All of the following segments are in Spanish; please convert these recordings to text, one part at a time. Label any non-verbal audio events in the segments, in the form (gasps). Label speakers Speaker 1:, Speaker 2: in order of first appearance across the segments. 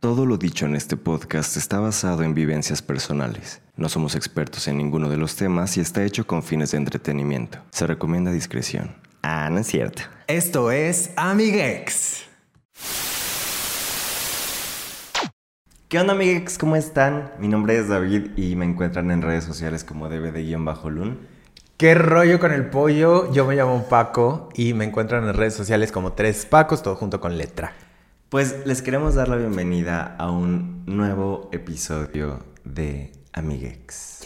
Speaker 1: Todo lo dicho en este podcast está basado en vivencias personales. No somos expertos en ninguno de los temas y está hecho con fines de entretenimiento. Se recomienda discreción. Ah, no es cierto.
Speaker 2: Esto es Amigex.
Speaker 1: ¿Qué onda, amigues? ¿Cómo están? Mi nombre es David y me encuentran en redes sociales como dbd-lun.
Speaker 2: ¿Qué rollo con el pollo? Yo me llamo Paco y me encuentran en redes sociales como Tres Pacos, todo junto con letra.
Speaker 1: Pues les queremos dar la bienvenida a un nuevo episodio de Amigex.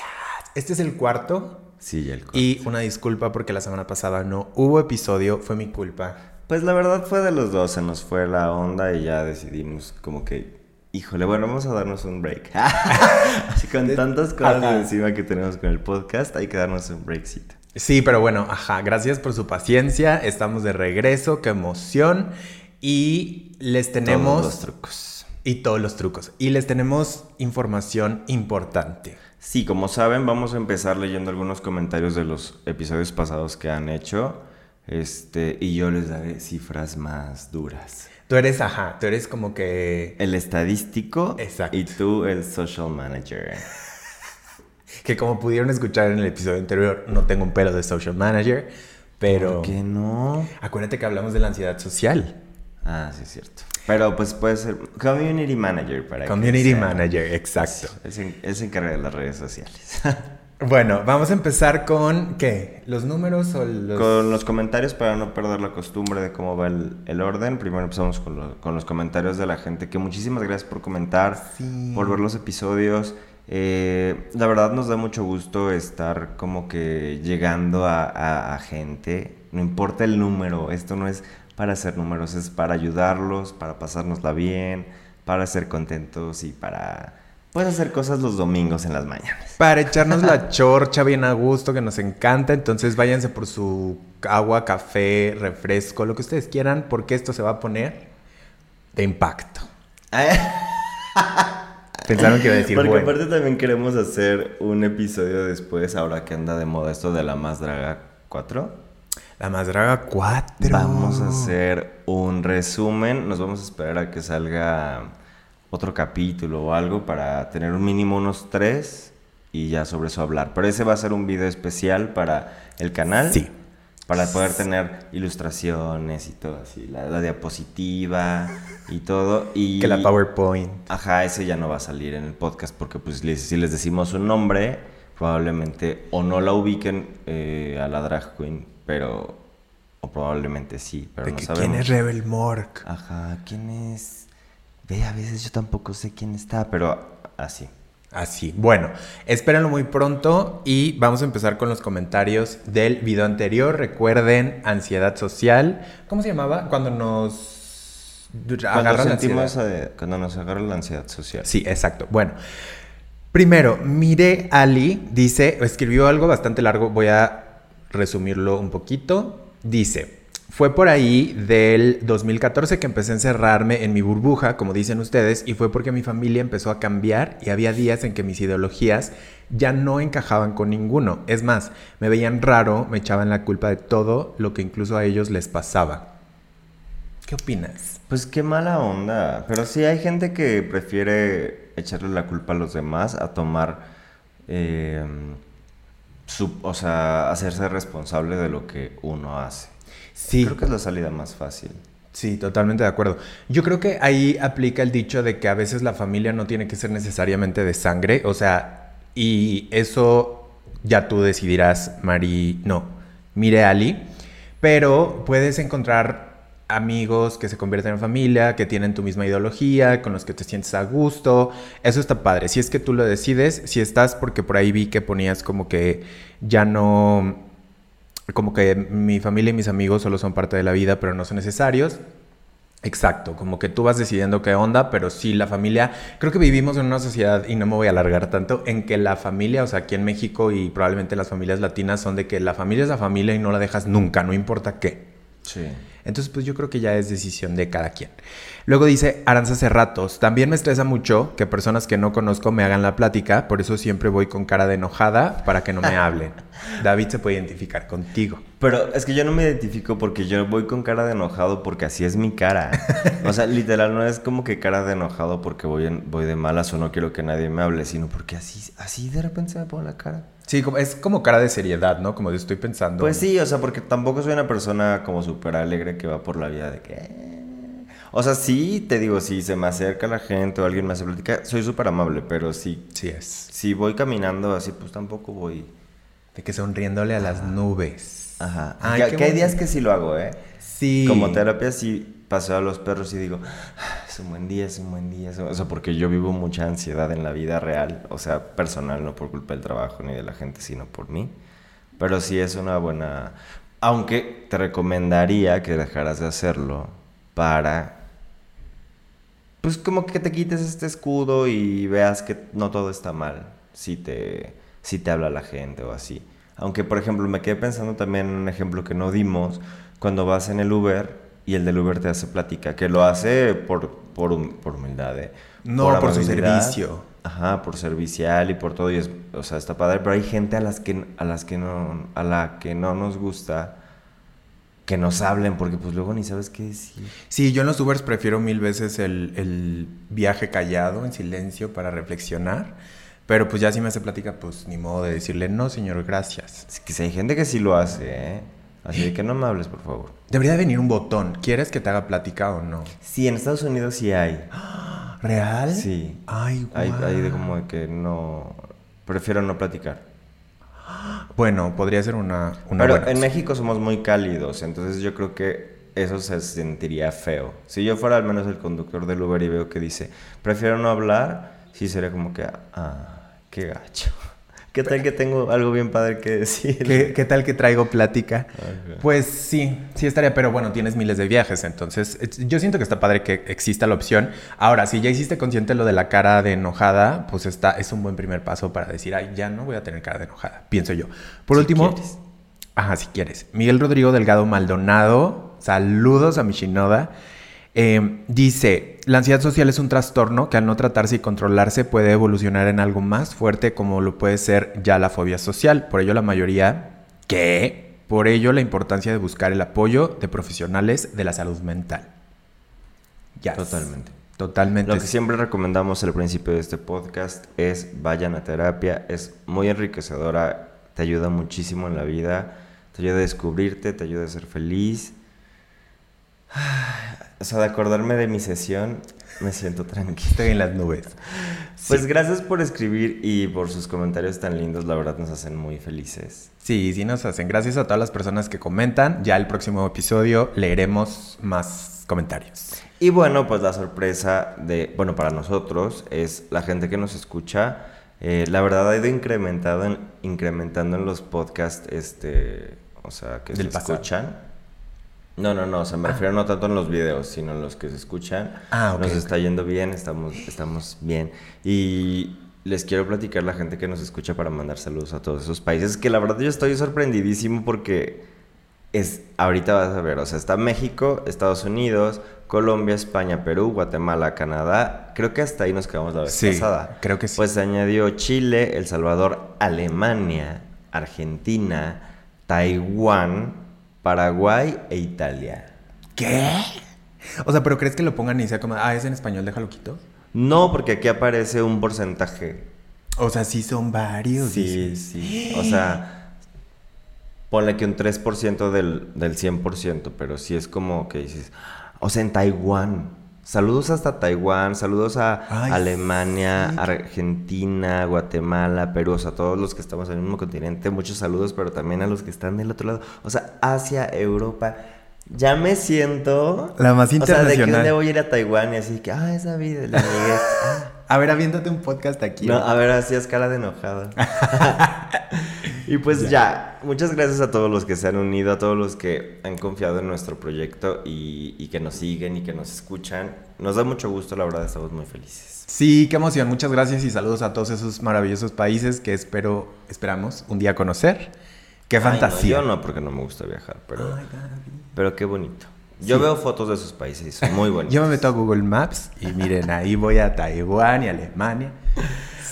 Speaker 2: Este es el cuarto
Speaker 1: Sí, ya el corte.
Speaker 2: y una disculpa porque la semana pasada no hubo episodio, fue mi culpa.
Speaker 1: Pues la verdad fue de los dos, se nos fue la onda y ya decidimos como que, híjole, bueno, vamos a darnos un break. (laughs) Así con tantas cosas
Speaker 2: Ajá.
Speaker 1: encima que tenemos con el podcast, hay que darnos un breakcito.
Speaker 2: Sí, pero bueno, ajá, gracias por su paciencia, estamos de regreso, qué emoción y les tenemos
Speaker 1: Todos los trucos.
Speaker 2: y todos los trucos y les tenemos información importante.
Speaker 1: Sí, como saben, vamos a empezar leyendo algunos comentarios de los episodios pasados que han hecho. Este, y yo les daré cifras más duras.
Speaker 2: Tú eres, ajá, tú eres como que
Speaker 1: El estadístico
Speaker 2: Exacto.
Speaker 1: y tú el social manager.
Speaker 2: que como pudieron escuchar en el episodio anterior, no tengo un pelo de social manager, pero
Speaker 1: ¿Por qué no?
Speaker 2: acuérdate que hablamos de la ansiedad social.
Speaker 1: Ah, sí, es cierto. Pero pues puede ser community manager para que
Speaker 2: Community
Speaker 1: sea-
Speaker 2: manager, exacto.
Speaker 1: Él se, en- él se encarga de las redes sociales.
Speaker 2: Bueno, vamos a empezar con ¿qué? ¿Los números o los
Speaker 1: Con los comentarios, para no perder la costumbre de cómo va el, el orden, primero empezamos con, lo- con los comentarios de la gente, que muchísimas gracias por comentar,
Speaker 2: Sí.
Speaker 1: por ver los episodios. Eh, la verdad nos da mucho gusto estar como que llegando a, a- a gente, no importa el número, esto no es para hacer números, es para ayudarlos, para pasárnosla bien, para ser contentos y para pues, hacer cosas los domingos en las mañanas. (laughs)
Speaker 2: para echarnos la chorcha bien a gusto que nos encanta, entonces váyanse por su agua, café, refresco, lo que ustedes quieran, porque esto se va a poner de impacto.
Speaker 1: Ah,
Speaker 2: Pensaron que iba a decir
Speaker 1: Porque
Speaker 2: bueno.
Speaker 1: aparte también queremos hacer un episodio después, ahora que anda de moda esto de la más draga 4.
Speaker 2: La más draga 4.
Speaker 1: Vamos a hacer un resumen. Nos vamos a esperar a que salga otro capítulo o algo para tener un mínimo unos tres y ya sobre eso hablar. Pero ese va a ser un video especial para el canal.
Speaker 2: Sí.
Speaker 1: Para poder tener ilustraciones y todo así, la, la diapositiva y todo. Y
Speaker 2: que la PowerPoint.
Speaker 1: Ajá, ese ya no va a salir en el podcast porque pues les- si les decimos un nombre, probablemente o no la ubiquen eh, a la drag queen, pero... O probablemente sí, pero
Speaker 2: de
Speaker 1: no
Speaker 2: que
Speaker 1: sabemos.
Speaker 2: quién es Rebel Mork.
Speaker 1: Ajá, ¿quién es? Ve, a veces yo tampoco sé quién está, pero así.
Speaker 2: Así. Bueno, espérenlo muy pronto y vamos a empezar con los comentarios del video anterior. Recuerden, ansiedad social. ¿Cómo se llamaba? Cuando nos
Speaker 1: Cuando,
Speaker 2: agarran la ansiedad.
Speaker 1: sentimos, eh, cuando nos agarra la ansiedad social.
Speaker 2: Sí, exacto. Bueno, primero, Mire Ali dice, escribió algo bastante largo, voy a resumirlo un poquito. Dice, fue por ahí del 2014 que empecé a encerrarme en mi burbuja, como dicen ustedes, y fue porque mi familia empezó a cambiar y había días en que mis ideologías ya no encajaban con ninguno. Es más, me veían raro, me echaban la culpa de todo lo que incluso a ellos les pasaba. ¿Qué opinas?
Speaker 1: Pues qué mala onda. Pero sí hay gente que prefiere echarle la culpa a los demás a tomar eh, su, o sea, hacerse responsable de lo que uno hace.
Speaker 2: Sí.
Speaker 1: Creo que es la salida más fácil.
Speaker 2: Sí, totalmente de acuerdo. Yo creo que ahí aplica el dicho de que a veces la familia no tiene que ser necesariamente de sangre, o sea, y eso ya tú decidirás, Mari, no, mire Ali, pero puedes encontrar amigos que se convierten en familia, que tienen tu misma ideología, con los que te sientes a gusto, eso está padre, si es que tú lo decides, si estás, porque por ahí vi que ponías como que ya no, como que mi familia y mis amigos solo son parte de la vida, pero no son necesarios. Exacto, como que tú vas decidiendo qué onda, pero sí la familia, creo que vivimos en una sociedad, y no me voy a alargar tanto, en que la familia, o sea, aquí en México y probablemente las familias latinas son de que la familia es la familia y no la dejas nunca, no importa qué.
Speaker 1: Sí.
Speaker 2: Entonces, pues yo creo que ya es decisión de cada quien. Luego dice Aranza Cerratos, también me estresa mucho que personas que no conozco me hagan la plática, por eso siempre voy con cara de enojada para que no me hablen. David se puede identificar contigo.
Speaker 1: Pero es que yo no me identifico porque yo voy con cara de enojado porque así es mi cara. O sea, literal no es como que cara de enojado porque voy, en- voy de malas o no quiero que nadie me hable, sino porque así, así de repente se me pone la cara.
Speaker 2: Sí, como- es como cara de seriedad, ¿no? Como yo estoy pensando.
Speaker 1: Pues sí, o sea, porque tampoco soy una persona como súper alegre que va por la vida de que... "Eh". O sea, sí, te digo, si se me acerca la gente o alguien me hace plática, soy súper amable, pero sí,
Speaker 2: Sí es.
Speaker 1: si voy caminando así, pues tampoco voy...
Speaker 2: De que sonriéndole a las nubes.
Speaker 1: Ah. Ajá.
Speaker 2: Ay,
Speaker 1: que
Speaker 2: qué
Speaker 1: que hay días
Speaker 2: bonito.
Speaker 1: que sí lo hago, ¿eh?
Speaker 2: Sí.
Speaker 1: Como terapia sí paseo a los perros y digo, "Ah, es un buen día, es un buen día. es un-". O sea, porque yo vivo mucha ansiedad en la vida real, o sea, personal, no por culpa del trabajo ni de la gente, sino por mí. Pero sí es una buena... Aunque te recomendaría que dejaras de hacerlo para... Pues como que te quites este escudo y veas que no todo está mal si te, si te habla la gente o así. Aunque, por ejemplo, me quedé pensando también en un ejemplo que no dimos, cuando vas en el Uber y el del Uber te hace plática, que lo hace por, por, hum- por humildad, ¿eh?
Speaker 2: No, por su
Speaker 1: amabilidad.
Speaker 2: servicio.
Speaker 1: Ajá, por servicial y por todo, y es, o sea, está padre, pero hay gente a las que, a las que no, a la que no nos gusta que nos hablen, porque pues luego ni sabes qué decir.
Speaker 2: Sí, yo en los Ubers prefiero mil veces el, el viaje callado, en silencio, para reflexionar. Pero pues ya si me hace plática, pues ni modo de decirle, no, señor, gracias.
Speaker 1: Es que si hay gente que sí lo hace, ¿eh? Así de que no me hables, por favor.
Speaker 2: Debería de venir un botón. ¿Quieres que te haga plática o no?
Speaker 1: Sí, en Estados Unidos sí hay.
Speaker 2: ¿Real?
Speaker 1: Sí.
Speaker 2: Ay,
Speaker 1: Hay,
Speaker 2: guau.
Speaker 1: hay de como de que no... Prefiero no platicar.
Speaker 2: Bueno, podría ser una, una
Speaker 1: Pero
Speaker 2: buena
Speaker 1: en
Speaker 2: opción.
Speaker 1: México somos muy cálidos, entonces yo creo que eso se sentiría feo. Si yo fuera al menos el conductor del Uber y veo que dice, prefiero no hablar, sí sería como que, ah, qué gacho. (laughs) ¿Qué tal que tengo algo bien padre que decir?
Speaker 2: ¿Qué, qué tal que traigo plática?
Speaker 1: Ajá.
Speaker 2: Pues sí, sí estaría, pero bueno, tienes miles de viajes, entonces es- yo siento que está padre que exista la opción. Ahora, si ya hiciste consciente lo de la cara de enojada, pues está, es un buen primer paso para decir, ay, ya no voy a tener cara de enojada, pienso yo. Por
Speaker 1: Si
Speaker 2: último,
Speaker 1: quieres.
Speaker 2: ajá, si quieres, Miguel Rodrigo Delgado Maldonado, saludos a mi Shinoda. Eh, dice, la ansiedad social es un trastorno que al no tratarse y controlarse puede evolucionar en algo más fuerte como lo puede ser ya la fobia social. Por ello la mayoría que... Por ello la importancia de buscar el apoyo de profesionales de la salud mental. Ya.
Speaker 1: Totalmente.
Speaker 2: Totalmente.
Speaker 1: Lo que siempre recomendamos al principio de este podcast es vayan a terapia, es muy enriquecedora, te ayuda muchísimo en la vida, te ayuda a descubrirte, te ayuda a ser feliz. (sighs) O sea, de acordarme de mi sesión, me siento tranquilo.
Speaker 2: Estoy en las nubes.
Speaker 1: Pues
Speaker 2: Sí.
Speaker 1: gracias por escribir y por sus comentarios tan lindos, la verdad nos hacen muy felices.
Speaker 2: Sí, sí nos hacen. Gracias a todas las personas que comentan. Ya el próximo episodio leeremos más comentarios.
Speaker 1: Y bueno, pues la sorpresa de, bueno, para nosotros es la gente que nos escucha. eh, la verdad ha ido incrementado en, incrementando en los podcasts, este, o sea, que
Speaker 2: Del
Speaker 1: se
Speaker 2: pasado.
Speaker 1: escuchan. No, no, no, o sea, me refiero no tanto en los videos, sino en los que se escuchan.
Speaker 2: Ah, ok,
Speaker 1: Nos
Speaker 2: ok.
Speaker 1: está yendo bien, estamos, estamos bien. Y les quiero platicar la gente que nos escucha para mandar saludos a todos esos países, que la verdad yo estoy sorprendidísimo porque es, ahorita vas a ver, o sea, está México, Estados Unidos, Colombia, España, Perú, Guatemala, Canadá. Creo que hasta ahí nos quedamos la vez
Speaker 2: Sí,
Speaker 1: pasada.
Speaker 2: creo que sí.
Speaker 1: Pues se añadió Chile, El Salvador, Alemania, Argentina, Taiwán, Paraguay e Italia.
Speaker 2: ¿Qué? O sea, pero ¿crees que lo pongan y sea como, ah, es en español, déjalo quito?
Speaker 1: No, porque aquí aparece un porcentaje.
Speaker 2: O sea, sí son varios.
Speaker 1: Sí,
Speaker 2: dices.
Speaker 1: sí. O sea, ponle que un 3% del, del 100%, pero sí es como que dices, o sea, en Taiwán. Saludos hasta Taiwán, saludos a
Speaker 2: Ay,
Speaker 1: Alemania,
Speaker 2: sí.
Speaker 1: Argentina, Guatemala, Perú, o sea, todos los que estamos en el mismo continente, muchos saludos, pero también a los que están del otro lado, o sea, Asia, Europa. Ya me siento
Speaker 2: La más
Speaker 1: O sea, de que un
Speaker 2: internacional.
Speaker 1: día voy a ir a Taiwán y así que, ah, es David, el
Speaker 2: (laughs)
Speaker 1: amiguete, ah.
Speaker 2: A ver, aviéntate un podcast aquí.
Speaker 1: No, a ver, hacías cara de
Speaker 2: (laughs)
Speaker 1: enojada. (laughs) y pues ya. muchas gracias a todos los que se han unido, a todos los que han confiado en nuestro proyecto y, y que nos siguen y que nos escuchan. Nos da mucho gusto, la verdad, estamos muy felices.
Speaker 2: Sí, qué emoción. Muchas gracias y saludos a todos esos maravillosos países que espero, esperamos un día conocer. Qué
Speaker 1: Ay, no,
Speaker 2: fantasía. Oh
Speaker 1: yo no, porque no me gusta viajar, pero,
Speaker 2: Ay, Gaby.
Speaker 1: pero qué bonito. Yo veo fotos de esos países, son muy bonitos.
Speaker 2: (laughs) Yo me meto a Google Maps y miren, ahí voy a Taiwán y Alemania.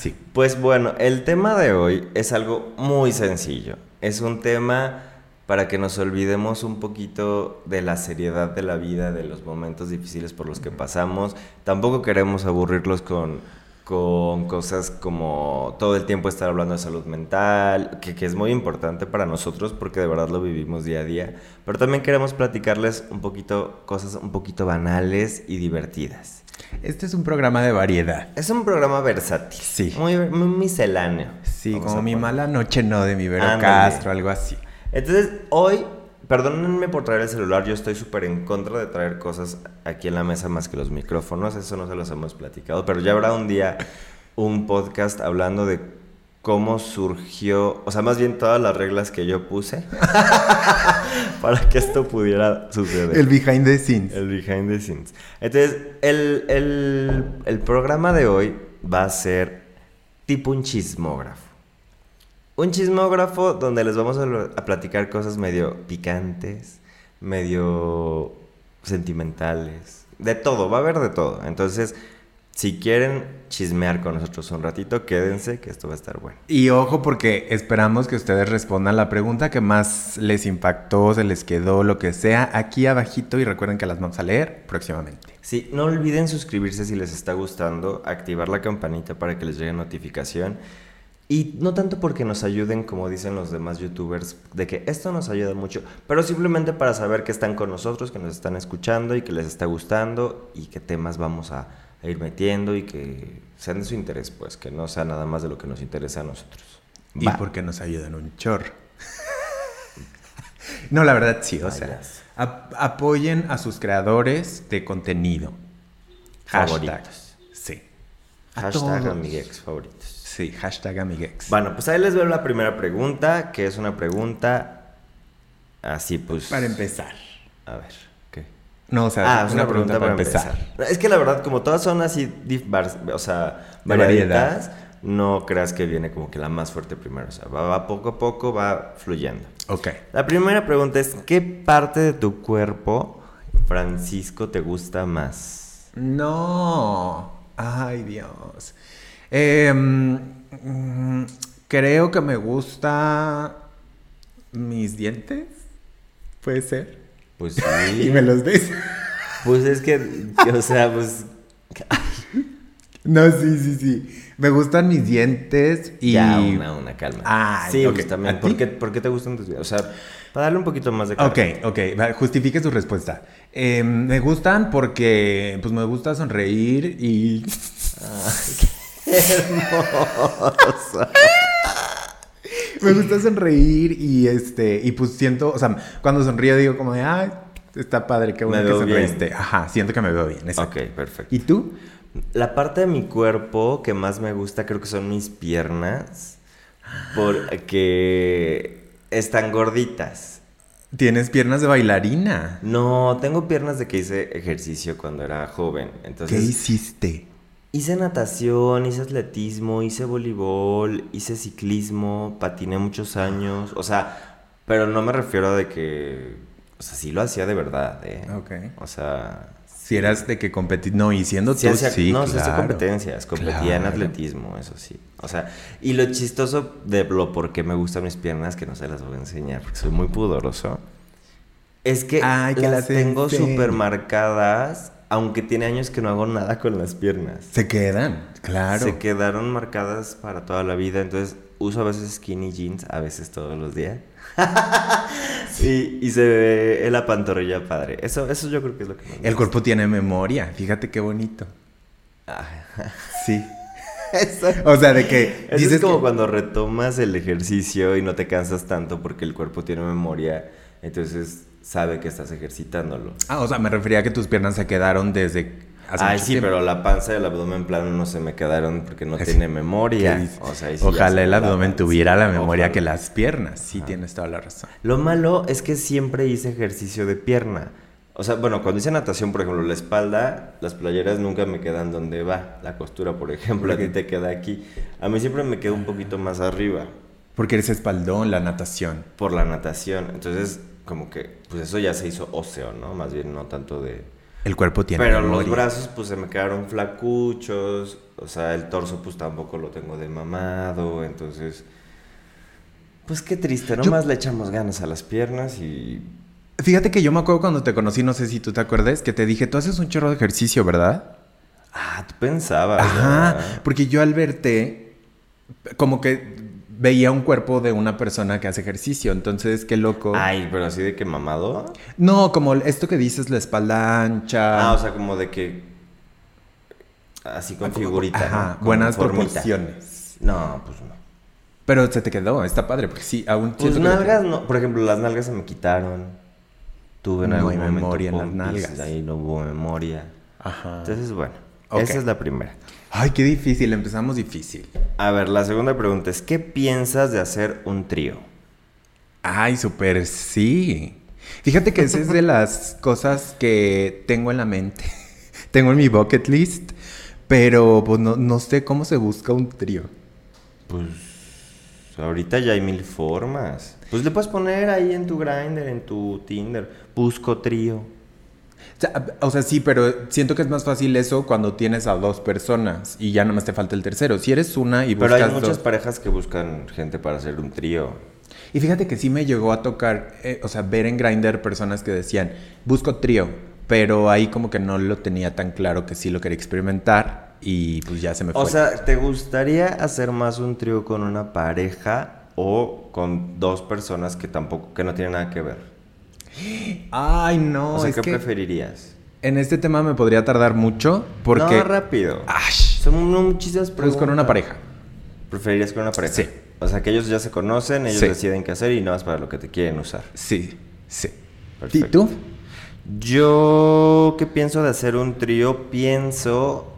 Speaker 2: Sí.
Speaker 1: Pues bueno, el tema de hoy es algo muy sencillo. Es un tema para que nos olvidemos un poquito de la seriedad de la vida, de los momentos difíciles por los que pasamos. Tampoco queremos aburrirlos con, con cosas como todo el tiempo estar hablando de salud mental, que, que es muy importante para nosotros porque de verdad lo vivimos día a día. Pero también queremos platicarles un poquito cosas un poquito banales y divertidas.
Speaker 2: Este es un programa de variedad.
Speaker 1: Es un programa versátil.
Speaker 2: Sí.
Speaker 1: Muy, muy misceláneo.
Speaker 2: Sí,
Speaker 1: Vamos
Speaker 2: como
Speaker 1: a
Speaker 2: mi
Speaker 1: poner.
Speaker 2: mala noche no de mi Vero
Speaker 1: Ándale.
Speaker 2: Castro, algo así.
Speaker 1: Entonces, hoy, perdónenme por traer el celular, yo estoy súper en contra de traer cosas aquí en la mesa más que los micrófonos, eso no se los hemos platicado, pero ya habrá un día un podcast hablando de cómo surgió, o sea, más bien todas las reglas que yo puse (laughs) para que esto pudiera suceder.
Speaker 2: El behind the scenes.
Speaker 1: El behind the scenes. Entonces, el, el- el programa de hoy va a ser tipo un chismógrafo. Un chismógrafo donde les vamos a, lo- a platicar cosas medio picantes, medio sentimentales, de todo, va a haber de todo. Entonces, si quieren chismear con nosotros un ratito, quédense que esto va a estar bueno.
Speaker 2: Y ojo porque esperamos que ustedes respondan la pregunta que más les impactó, se les quedó, lo que sea, aquí abajito y recuerden que las vamos a leer próximamente.
Speaker 1: Sí, no olviden suscribirse si les está gustando, activar la campanita para que les llegue notificación. Y no tanto porque nos ayuden, como dicen los demás youtubers, de que esto nos ayuda mucho, pero simplemente para saber que están con nosotros, que nos están escuchando y que les está gustando y qué temas vamos a, a ir metiendo y que sean de su interés, pues, que no sea nada más de lo que nos interesa a nosotros.
Speaker 2: Y
Speaker 1: Va.
Speaker 2: porque nos ayudan un chorro. (laughs) no, la verdad
Speaker 1: Ah,
Speaker 2: sí, o sea,
Speaker 1: Vayas.
Speaker 2: ap- apoyen a sus creadores de contenido.
Speaker 1: Favoritos.
Speaker 2: Sí. A
Speaker 1: Hashtag
Speaker 2: todos.
Speaker 1: amiguex favoritos.
Speaker 2: Sí, hashtag amigex.
Speaker 1: Bueno, pues ahí les veo la primera pregunta, que es una pregunta así pues.
Speaker 2: Para empezar.
Speaker 1: A ver, ¿qué? Ah,
Speaker 2: No, o sea,
Speaker 1: es
Speaker 2: una, pregunta, para empezar.
Speaker 1: Es que la verdad, como todas son así, dif- var- o sea,
Speaker 2: De variedad.
Speaker 1: variaditas, no creas que viene como que la más fuerte primero. O sea, va, va poco a poco, va fluyendo.
Speaker 2: Ok.
Speaker 1: La primera pregunta es, ¿qué parte de tu cuerpo, Francisco, te gusta más?
Speaker 2: No. Ay, Dios. Em, mm, creo que me gusta mis dientes. Puede ser. (laughs)
Speaker 1: Pues
Speaker 2: Y
Speaker 1: sí.
Speaker 2: me los dice.
Speaker 1: Pues es que, o sea, pues...
Speaker 2: (laughs) No, sí, sí, sí. Me gustan mis dientes y.
Speaker 1: Ya, una, una, calma.
Speaker 2: Ay,
Speaker 1: sí,
Speaker 2: ok.
Speaker 1: pues también.
Speaker 2: ¿A
Speaker 1: ¿Por
Speaker 2: ti?
Speaker 1: qué, por qué te gustan tus videos? O sea, para darle un poquito más de
Speaker 2: Ok,
Speaker 1: carne.
Speaker 2: ok, va, justifique su respuesta. Em, me gustan porque pues me gusta sonreír y
Speaker 1: Hermoso.
Speaker 2: Me gusta sonreír y este, y pues siento, o sea, cuando sonrío digo como de, ay, está padre, qué bueno
Speaker 1: Me
Speaker 2: que
Speaker 1: veo bien".
Speaker 2: sonreíste. Ajá, siento que me veo bien.
Speaker 1: Ok,
Speaker 2: exacto.
Speaker 1: perfecto.
Speaker 2: ¿Y tú?
Speaker 1: La parte de mi cuerpo que más me gusta creo que son mis piernas. Porque están gorditas.
Speaker 2: Tienes piernas de bailarina.
Speaker 1: No, tengo piernas de que hice ejercicio cuando era joven. Entonces,
Speaker 2: ¿Qué hiciste?
Speaker 1: hice natación, hice atletismo, hice voleibol, hice ciclismo, patiné muchos años. O sea, pero no me refiero a de que. O sea, sí lo hacía de verdad, ¿eh?
Speaker 2: Ok.
Speaker 1: O sea,
Speaker 2: Si eras de que competir, no, y siendo
Speaker 1: Sí,
Speaker 2: tú,
Speaker 1: hacía-
Speaker 2: sí,
Speaker 1: no,
Speaker 2: claro.
Speaker 1: sí hacía competencias, competía en
Speaker 2: Claro.
Speaker 1: atletismo, eso sí. O sea, y lo chistoso de lo por qué me gustan mis piernas, que no se las voy a enseñar, porque soy muy pudoroso, es que,
Speaker 2: Ay, que
Speaker 1: las,
Speaker 2: las
Speaker 1: tengo
Speaker 2: enseñe.
Speaker 1: súper marcadas, aunque tiene años que no hago nada con las piernas.
Speaker 2: Se quedan, claro.
Speaker 1: Se quedaron marcadas para toda la vida, entonces uso a veces skinny jeans, a veces todos los
Speaker 2: (laughs)
Speaker 1: días. y, y se ve la pantorrilla padre. Eso, eso yo creo que es lo que más me
Speaker 2: El cuerpo tiene memoria, fíjate qué bonito. (laughs)
Speaker 1: gusta.
Speaker 2: Sí.
Speaker 1: (laughs) Eso
Speaker 2: O sea, de que
Speaker 1: Eso
Speaker 2: dices
Speaker 1: es como
Speaker 2: que-
Speaker 1: cuando retomas el ejercicio y no te cansas tanto porque el cuerpo tiene memoria, entonces sabe que estás ejercitándolo.
Speaker 2: Ah, o sea, me refería a que tus piernas se quedaron desde hace
Speaker 1: Ay,
Speaker 2: mucho
Speaker 1: sí,
Speaker 2: tiempo.
Speaker 1: pero la panza y el abdomen plano no se me quedaron porque no
Speaker 2: Es-
Speaker 1: tiene
Speaker 2: ¿Qué
Speaker 1: memoria.
Speaker 2: dices?
Speaker 1: O sea, ahí sí ya
Speaker 2: Ojalá
Speaker 1: se
Speaker 2: el
Speaker 1: me
Speaker 2: abdomen
Speaker 1: la-
Speaker 2: tuviera la memoria
Speaker 1: Ojalá.
Speaker 2: que las piernas. Sí, tienes toda la razón.
Speaker 1: Lo malo es que siempre hice ejercicio de pierna. O sea, bueno, cuando hice natación, por ejemplo, la espalda, las playeras nunca me quedan donde va. La costura, por ejemplo, a ti te queda aquí. A mí siempre me queda un poquito más arriba.
Speaker 2: Porque eres espaldón, la natación.
Speaker 1: por la natación. Entonces, como que, pues eso ya se hizo óseo, ¿no? Más bien no tanto de...
Speaker 2: El cuerpo tiene
Speaker 1: Pero los
Speaker 2: memoria.
Speaker 1: brazos, pues se me quedaron flacuchos. O sea, el torso, pues tampoco lo tengo de mamado. Entonces, pues qué triste.
Speaker 2: Yo-
Speaker 1: Nomás le echamos ganas a las piernas y...
Speaker 2: Fíjate que yo me acuerdo cuando te conocí, no sé si tú te acuerdas, que te dije, tú haces un chorro de ejercicio, ¿verdad?
Speaker 1: Ah, tú pensabas.
Speaker 2: Ajá,
Speaker 1: ¿verdad?
Speaker 2: porque yo al verte, como que veía un cuerpo de una persona que hace ejercicio, entonces qué loco.
Speaker 1: Ay, pero así de que mamado.
Speaker 2: No, como esto que dices, la espalda ancha.
Speaker 1: Ah, o sea, como de que... Así con figurita.
Speaker 2: Ajá,
Speaker 1: ¿no? Con
Speaker 2: buenas
Speaker 1: formita.
Speaker 2: proporciones.
Speaker 1: No, pues no.
Speaker 2: Pero se te quedó, está padre, porque sí, aún
Speaker 1: Pues
Speaker 2: siento que lo
Speaker 1: nalgas no. Por ejemplo, las nalgas se me quitaron. Tuve en
Speaker 2: No
Speaker 1: algún
Speaker 2: hay
Speaker 1: momento
Speaker 2: memoria en las
Speaker 1: pompis,
Speaker 2: nalgas.
Speaker 1: Ahí no hubo memoria.
Speaker 2: tienes. Ajá.
Speaker 1: Entonces, bueno,
Speaker 2: Ok.
Speaker 1: esa es la primera.
Speaker 2: Ay, qué difícil, empezamos difícil.
Speaker 1: A ver, la segunda pregunta es, ¿qué piensas de hacer un trío?
Speaker 2: Ay, súper sí. Fíjate que esa es de las (laughs) cosas que tengo en la mente. (laughs) tengo en mi bucket list, pero pues no, no sé cómo se busca un trío.
Speaker 1: Pues, Ahorita ya hay mil formas. Pues le puedes poner ahí en tu Grindr, en tu Tinder, busco trío.
Speaker 2: O sea, ab- O sea, sí, pero siento que es más fácil eso cuando tienes a dos personas y ya nomás te falta el tercero. Si eres una y
Speaker 1: Pero
Speaker 2: buscas
Speaker 1: hay muchas
Speaker 2: dos-
Speaker 1: parejas que buscan gente para hacer un trío.
Speaker 2: Y fíjate que sí me llegó a tocar, eh, o sea, ver en Grindr personas que decían, busco trío, pero ahí como que no lo tenía tan claro que sí lo quería experimentar y pues ya se me fue.
Speaker 1: O sea, ¿te gustaría hacer más un trío con una pareja o con dos personas que tampoco, que no tienen nada que ver?
Speaker 2: Ay, no,
Speaker 1: o sea,
Speaker 2: es
Speaker 1: ¿qué
Speaker 2: que
Speaker 1: preferirías?
Speaker 2: en este tema me podría tardar mucho porque...
Speaker 1: No, rápido.
Speaker 2: Ash,
Speaker 1: Son muchísimas
Speaker 2: pues
Speaker 1: preguntas.
Speaker 2: con una pareja.
Speaker 1: ¿Preferirías con una pareja?
Speaker 2: Sí.
Speaker 1: O sea, que ellos ya se conocen, ellos
Speaker 2: Sí.
Speaker 1: deciden qué hacer y no más para lo que te quieren usar.
Speaker 2: Sí, sí. ¿Y
Speaker 1: Perfecto.
Speaker 2: tú?
Speaker 1: Yo, ¿qué pienso de hacer un trío? Pienso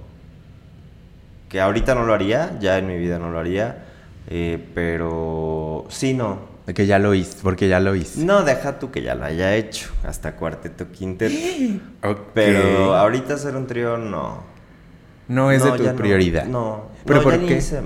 Speaker 1: que ahorita no lo haría, ya en mi vida no lo haría, eh, pero sí, no.
Speaker 2: De que ya lo hice, porque ya lo hice.
Speaker 1: No, deja tú que ya lo haya hecho, hasta cuarteto, quinteto.
Speaker 2: (gasps) Ok.
Speaker 1: Pero ahorita hacer un trío, no.
Speaker 2: No es de
Speaker 1: ya
Speaker 2: tu prioridad.
Speaker 1: No,
Speaker 2: ¿Pero
Speaker 1: No,
Speaker 2: por
Speaker 1: ya ni
Speaker 2: qué?
Speaker 1: hice-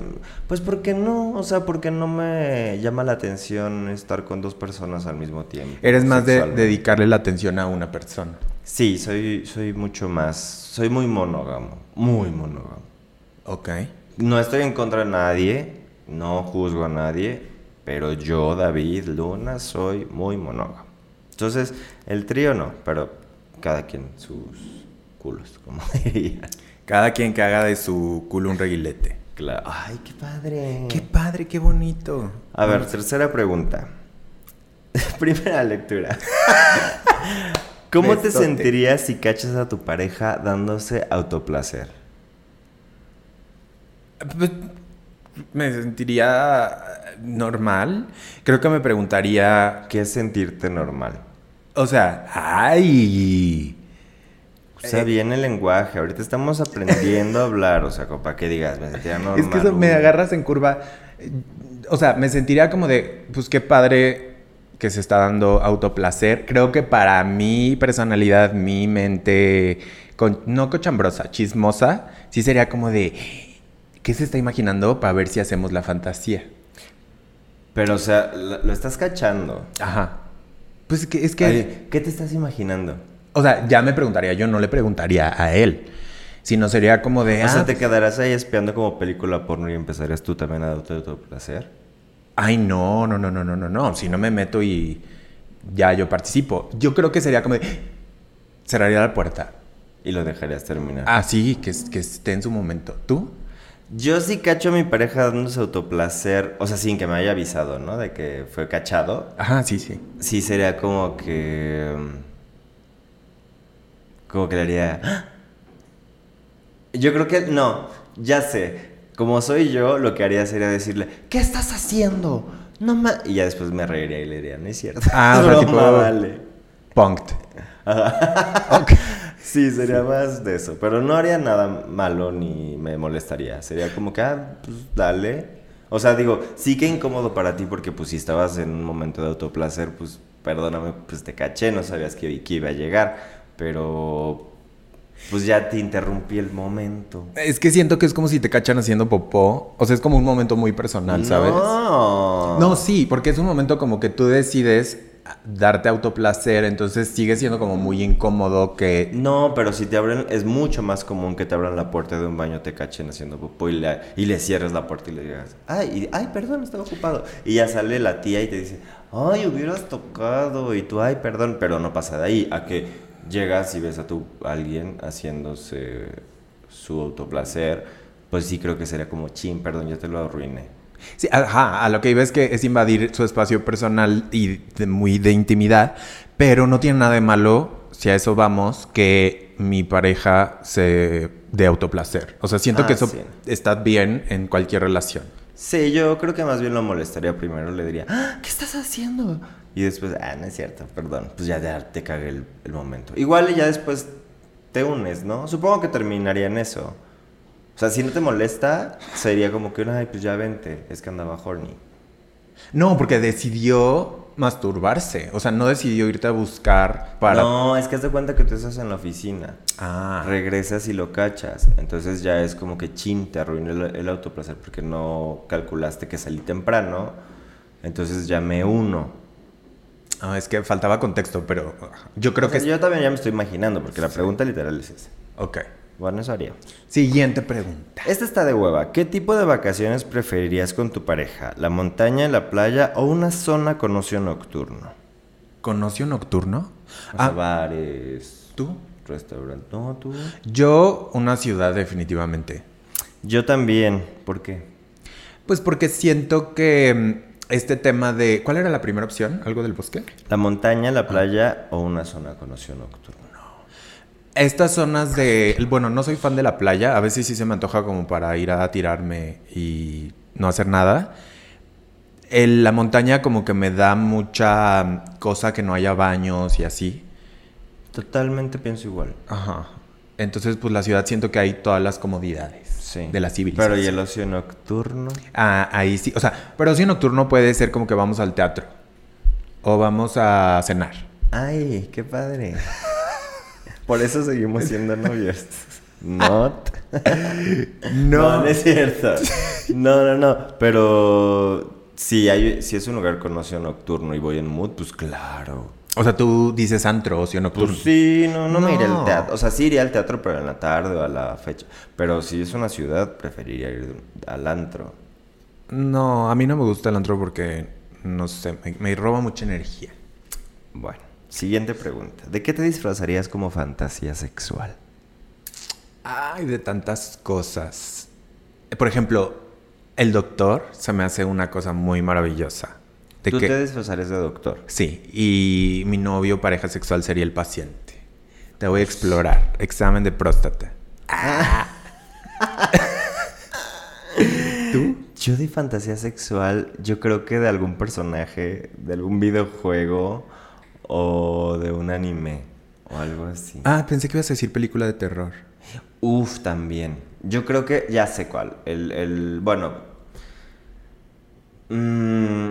Speaker 1: Pues porque no, o sea, porque no me llama la atención estar con dos personas al mismo tiempo.
Speaker 2: Eres más de
Speaker 1: sexualmente.
Speaker 2: dedicarle la atención a una persona.
Speaker 1: Sí, soy, soy mucho más, soy muy monógamo, muy monógamo.
Speaker 2: Ok.
Speaker 1: No estoy en contra de nadie, no juzgo a nadie, pero yo, David Luna, soy muy monógamo. Entonces, el trío no, pero cada quien sus culos, (laughs) como diría.
Speaker 2: Cada quien que haga de su culo un reguilete.
Speaker 1: Claro. Ay, qué padre.
Speaker 2: Qué padre, qué bonito.
Speaker 1: A ver, tercera pregunta. (laughs) Primera lectura. (laughs) ¿Cómo te
Speaker 2: Besote.
Speaker 1: sentirías si cachas a tu pareja dándose autoplacer?
Speaker 2: Pues, Me sentiría eh, normal. Creo que me preguntaría,
Speaker 1: ¿Qué es sentirte normal?
Speaker 2: o sea, ay.
Speaker 1: O
Speaker 2: Eh,
Speaker 1: sea, bien el lenguaje. Ahorita estamos aprendiendo a hablar. O sea, como para que digas, me sentiría normal.
Speaker 2: (laughs) Es que eso me
Speaker 1: uy.
Speaker 2: agarras en curva. Eh, O sea, me sentiría como de, pues qué padre que se está dando autoplacer. Creo que para mi personalidad, mi mente, con- no cochambrosa, chismosa, sí sería como de, ¿qué se está imaginando para ver si hacemos la fantasía?
Speaker 1: Pero, o sea, lo, lo estás cachando.
Speaker 2: Ajá. Pues que, es que,
Speaker 1: Ay, ¿Qué te estás imaginando?
Speaker 2: o sea, ya me preguntaría, yo no le preguntaría a él, sino sería como de,
Speaker 1: O sea,
Speaker 2: ah,
Speaker 1: ¿te quedarás ahí espiando como película porno y empezarías tú también a darte autoplacer?
Speaker 2: Ay, no, no, no, no, no, no, no. Si no me meto y ya yo participo. Yo creo que sería como de. Cerraría la puerta.
Speaker 1: Y lo dejarías terminar.
Speaker 2: Ah, sí, que, es- que esté en su momento. ¿Tú?
Speaker 1: Yo sí cacho a mi pareja dándose autoplacer, o sea, sin que me haya avisado, ¿no? De que fue cachado.
Speaker 2: Ajá, sí, sí.
Speaker 1: Sí sería como que... mm, Como que le haría... ¡Ah! Yo creo que... No, ya sé. Como soy yo, lo que haría sería decirle, ¿qué estás haciendo? No ma-". Y ya después me reiría y le diría, no es cierto.
Speaker 2: Ah,
Speaker 1: (laughs)
Speaker 2: o
Speaker 1: Es
Speaker 2: sea,
Speaker 1: broma,
Speaker 2: tipo-
Speaker 1: vale".
Speaker 2: Punked.
Speaker 1: (laughs) Sí, sería más de eso. Pero no haría nada malo ni me molestaría. Sería como que, ah, pues dale. O sea, digo, sí que incómodo para ti porque pues si estabas en un momento de autoplacer, pues perdóname, pues te caché, no sabías que, que iba a llegar. Pero pues ya te interrumpí el momento.
Speaker 2: Es que siento que es como si te cachan haciendo popó. O sea, es como un momento muy personal, ¿sabes?
Speaker 1: No.
Speaker 2: No, sí, porque es un momento como que tú decides darte autoplacer, entonces sigue siendo como muy incómodo que...
Speaker 1: No, pero si te abren, es mucho más común que te abran la puerta de un baño, te cachen haciendo popó y, la- y le cierres la puerta y le digas, ay, y- ay, perdón, estaba ocupado. Y ya sale la tía y te dice, ay, hubieras tocado. Y tú, ay, perdón, pero no pasa de ahí a que llegas y ves a tu alguien haciéndose su autoplacer, pues sí creo que sería como, chin, perdón, yo te lo arruiné.
Speaker 2: Sí, ajá, a lo que iba es que es invadir su espacio personal y de- muy de intimidad, pero no tiene nada de malo, si a eso vamos, que mi pareja se dé autoplacer. O sea, siento
Speaker 1: Ah,
Speaker 2: que eso
Speaker 1: sí.
Speaker 2: está bien en cualquier relación.
Speaker 1: Sí, yo creo que más bien lo molestaría primero, le diría, "Ah, ¿qué estás haciendo? Y después, ah, no es cierto, perdón, pues ya te, te cagué el, el momento. Igual y ya después te unes, ¿no? Supongo que terminaría en eso. O sea, si no te molesta, sería como que, ay, pues ya vente, es que andaba horny.
Speaker 2: No, porque decidió masturbarse, o sea, no decidió irte a buscar para...
Speaker 1: No, es que haz de cuenta que tú estás en la oficina,
Speaker 2: Ah,
Speaker 1: regresas y lo cachas, entonces ya es como que chin, te arruiné el, el autoplacer porque no calculaste que salí temprano, entonces ya me uno.
Speaker 2: ah, es que faltaba contexto, pero yo creo
Speaker 1: O sea,
Speaker 2: que...
Speaker 1: yo también ya me estoy imaginando, porque la pregunta literal es esa.
Speaker 2: Ok.
Speaker 1: Bueno, eso haría.
Speaker 2: Siguiente pregunta.
Speaker 1: Esta está de hueva. ¿Qué tipo de vacaciones preferirías con tu pareja? ¿La montaña, la playa o una zona con ocio nocturno?
Speaker 2: ¿Con ocio nocturno?
Speaker 1: O sea,
Speaker 2: Ah,
Speaker 1: bares,
Speaker 2: ¿tú?
Speaker 1: restaurante. No, tú.
Speaker 2: Yo, una ciudad definitivamente.
Speaker 1: Yo también. ¿Por qué?
Speaker 2: Pues porque siento que mm, este tema de... ¿Cuál era la primera opción? ¿Algo del bosque?
Speaker 1: ¿La montaña,
Speaker 2: Ah.
Speaker 1: la playa o una zona con ocio nocturno?
Speaker 2: Estas zonas de... Bueno, no soy fan de la playa. A veces sí se me antoja como para ir a tirarme y no hacer nada. El- la montaña como que me da mucha mm, cosa que no haya baños y así.
Speaker 1: Totalmente pienso igual.
Speaker 2: Ajá. Entonces, pues la ciudad siento que hay todas las comodidades
Speaker 1: Sí.
Speaker 2: de la civilización.
Speaker 1: Pero ¿y el ocio nocturno?
Speaker 2: Ah, ahí sí. O sea, pero ocio nocturno puede ser como que vamos al teatro. O vamos a cenar.
Speaker 1: Ay, qué
Speaker 2: (laughs)
Speaker 1: padre. Por eso seguimos siendo novios. Not. No, no es cierto. No, no, no. Pero si, hay, si es un lugar con ocio nocturno y voy en mood, pues claro.
Speaker 2: O sea, tú dices antro, ocio nocturno.
Speaker 1: Pues sí, no, no, me iré
Speaker 2: No.
Speaker 1: al teatro. O sea, sí iría al teatro, pero en la tarde o a la fecha. Pero si es una ciudad, preferiría ir al antro.
Speaker 2: No, a mí no me gusta el antro porque, no sé, me, me roba mucha energía.
Speaker 1: Bueno, siguiente pregunta. ¿De qué te disfrazarías como fantasía sexual?
Speaker 2: Ay, de tantas cosas. Por ejemplo, el doctor se me hace una cosa muy maravillosa. De
Speaker 1: ¿Tú
Speaker 2: que,
Speaker 1: te disfrazarías de doctor?
Speaker 2: Sí, y mi novio o pareja sexual sería el paciente. Te voy a
Speaker 1: Pues
Speaker 2: explorar. Examen de próstata. ¿Tú?
Speaker 1: Yo de fantasía sexual, yo creo que de algún personaje, de algún videojuego o de un anime o algo así.
Speaker 2: Ah, pensé que ibas a decir película de terror.
Speaker 1: Uf, también. Yo creo que ya sé cuál. El, el bueno. mm,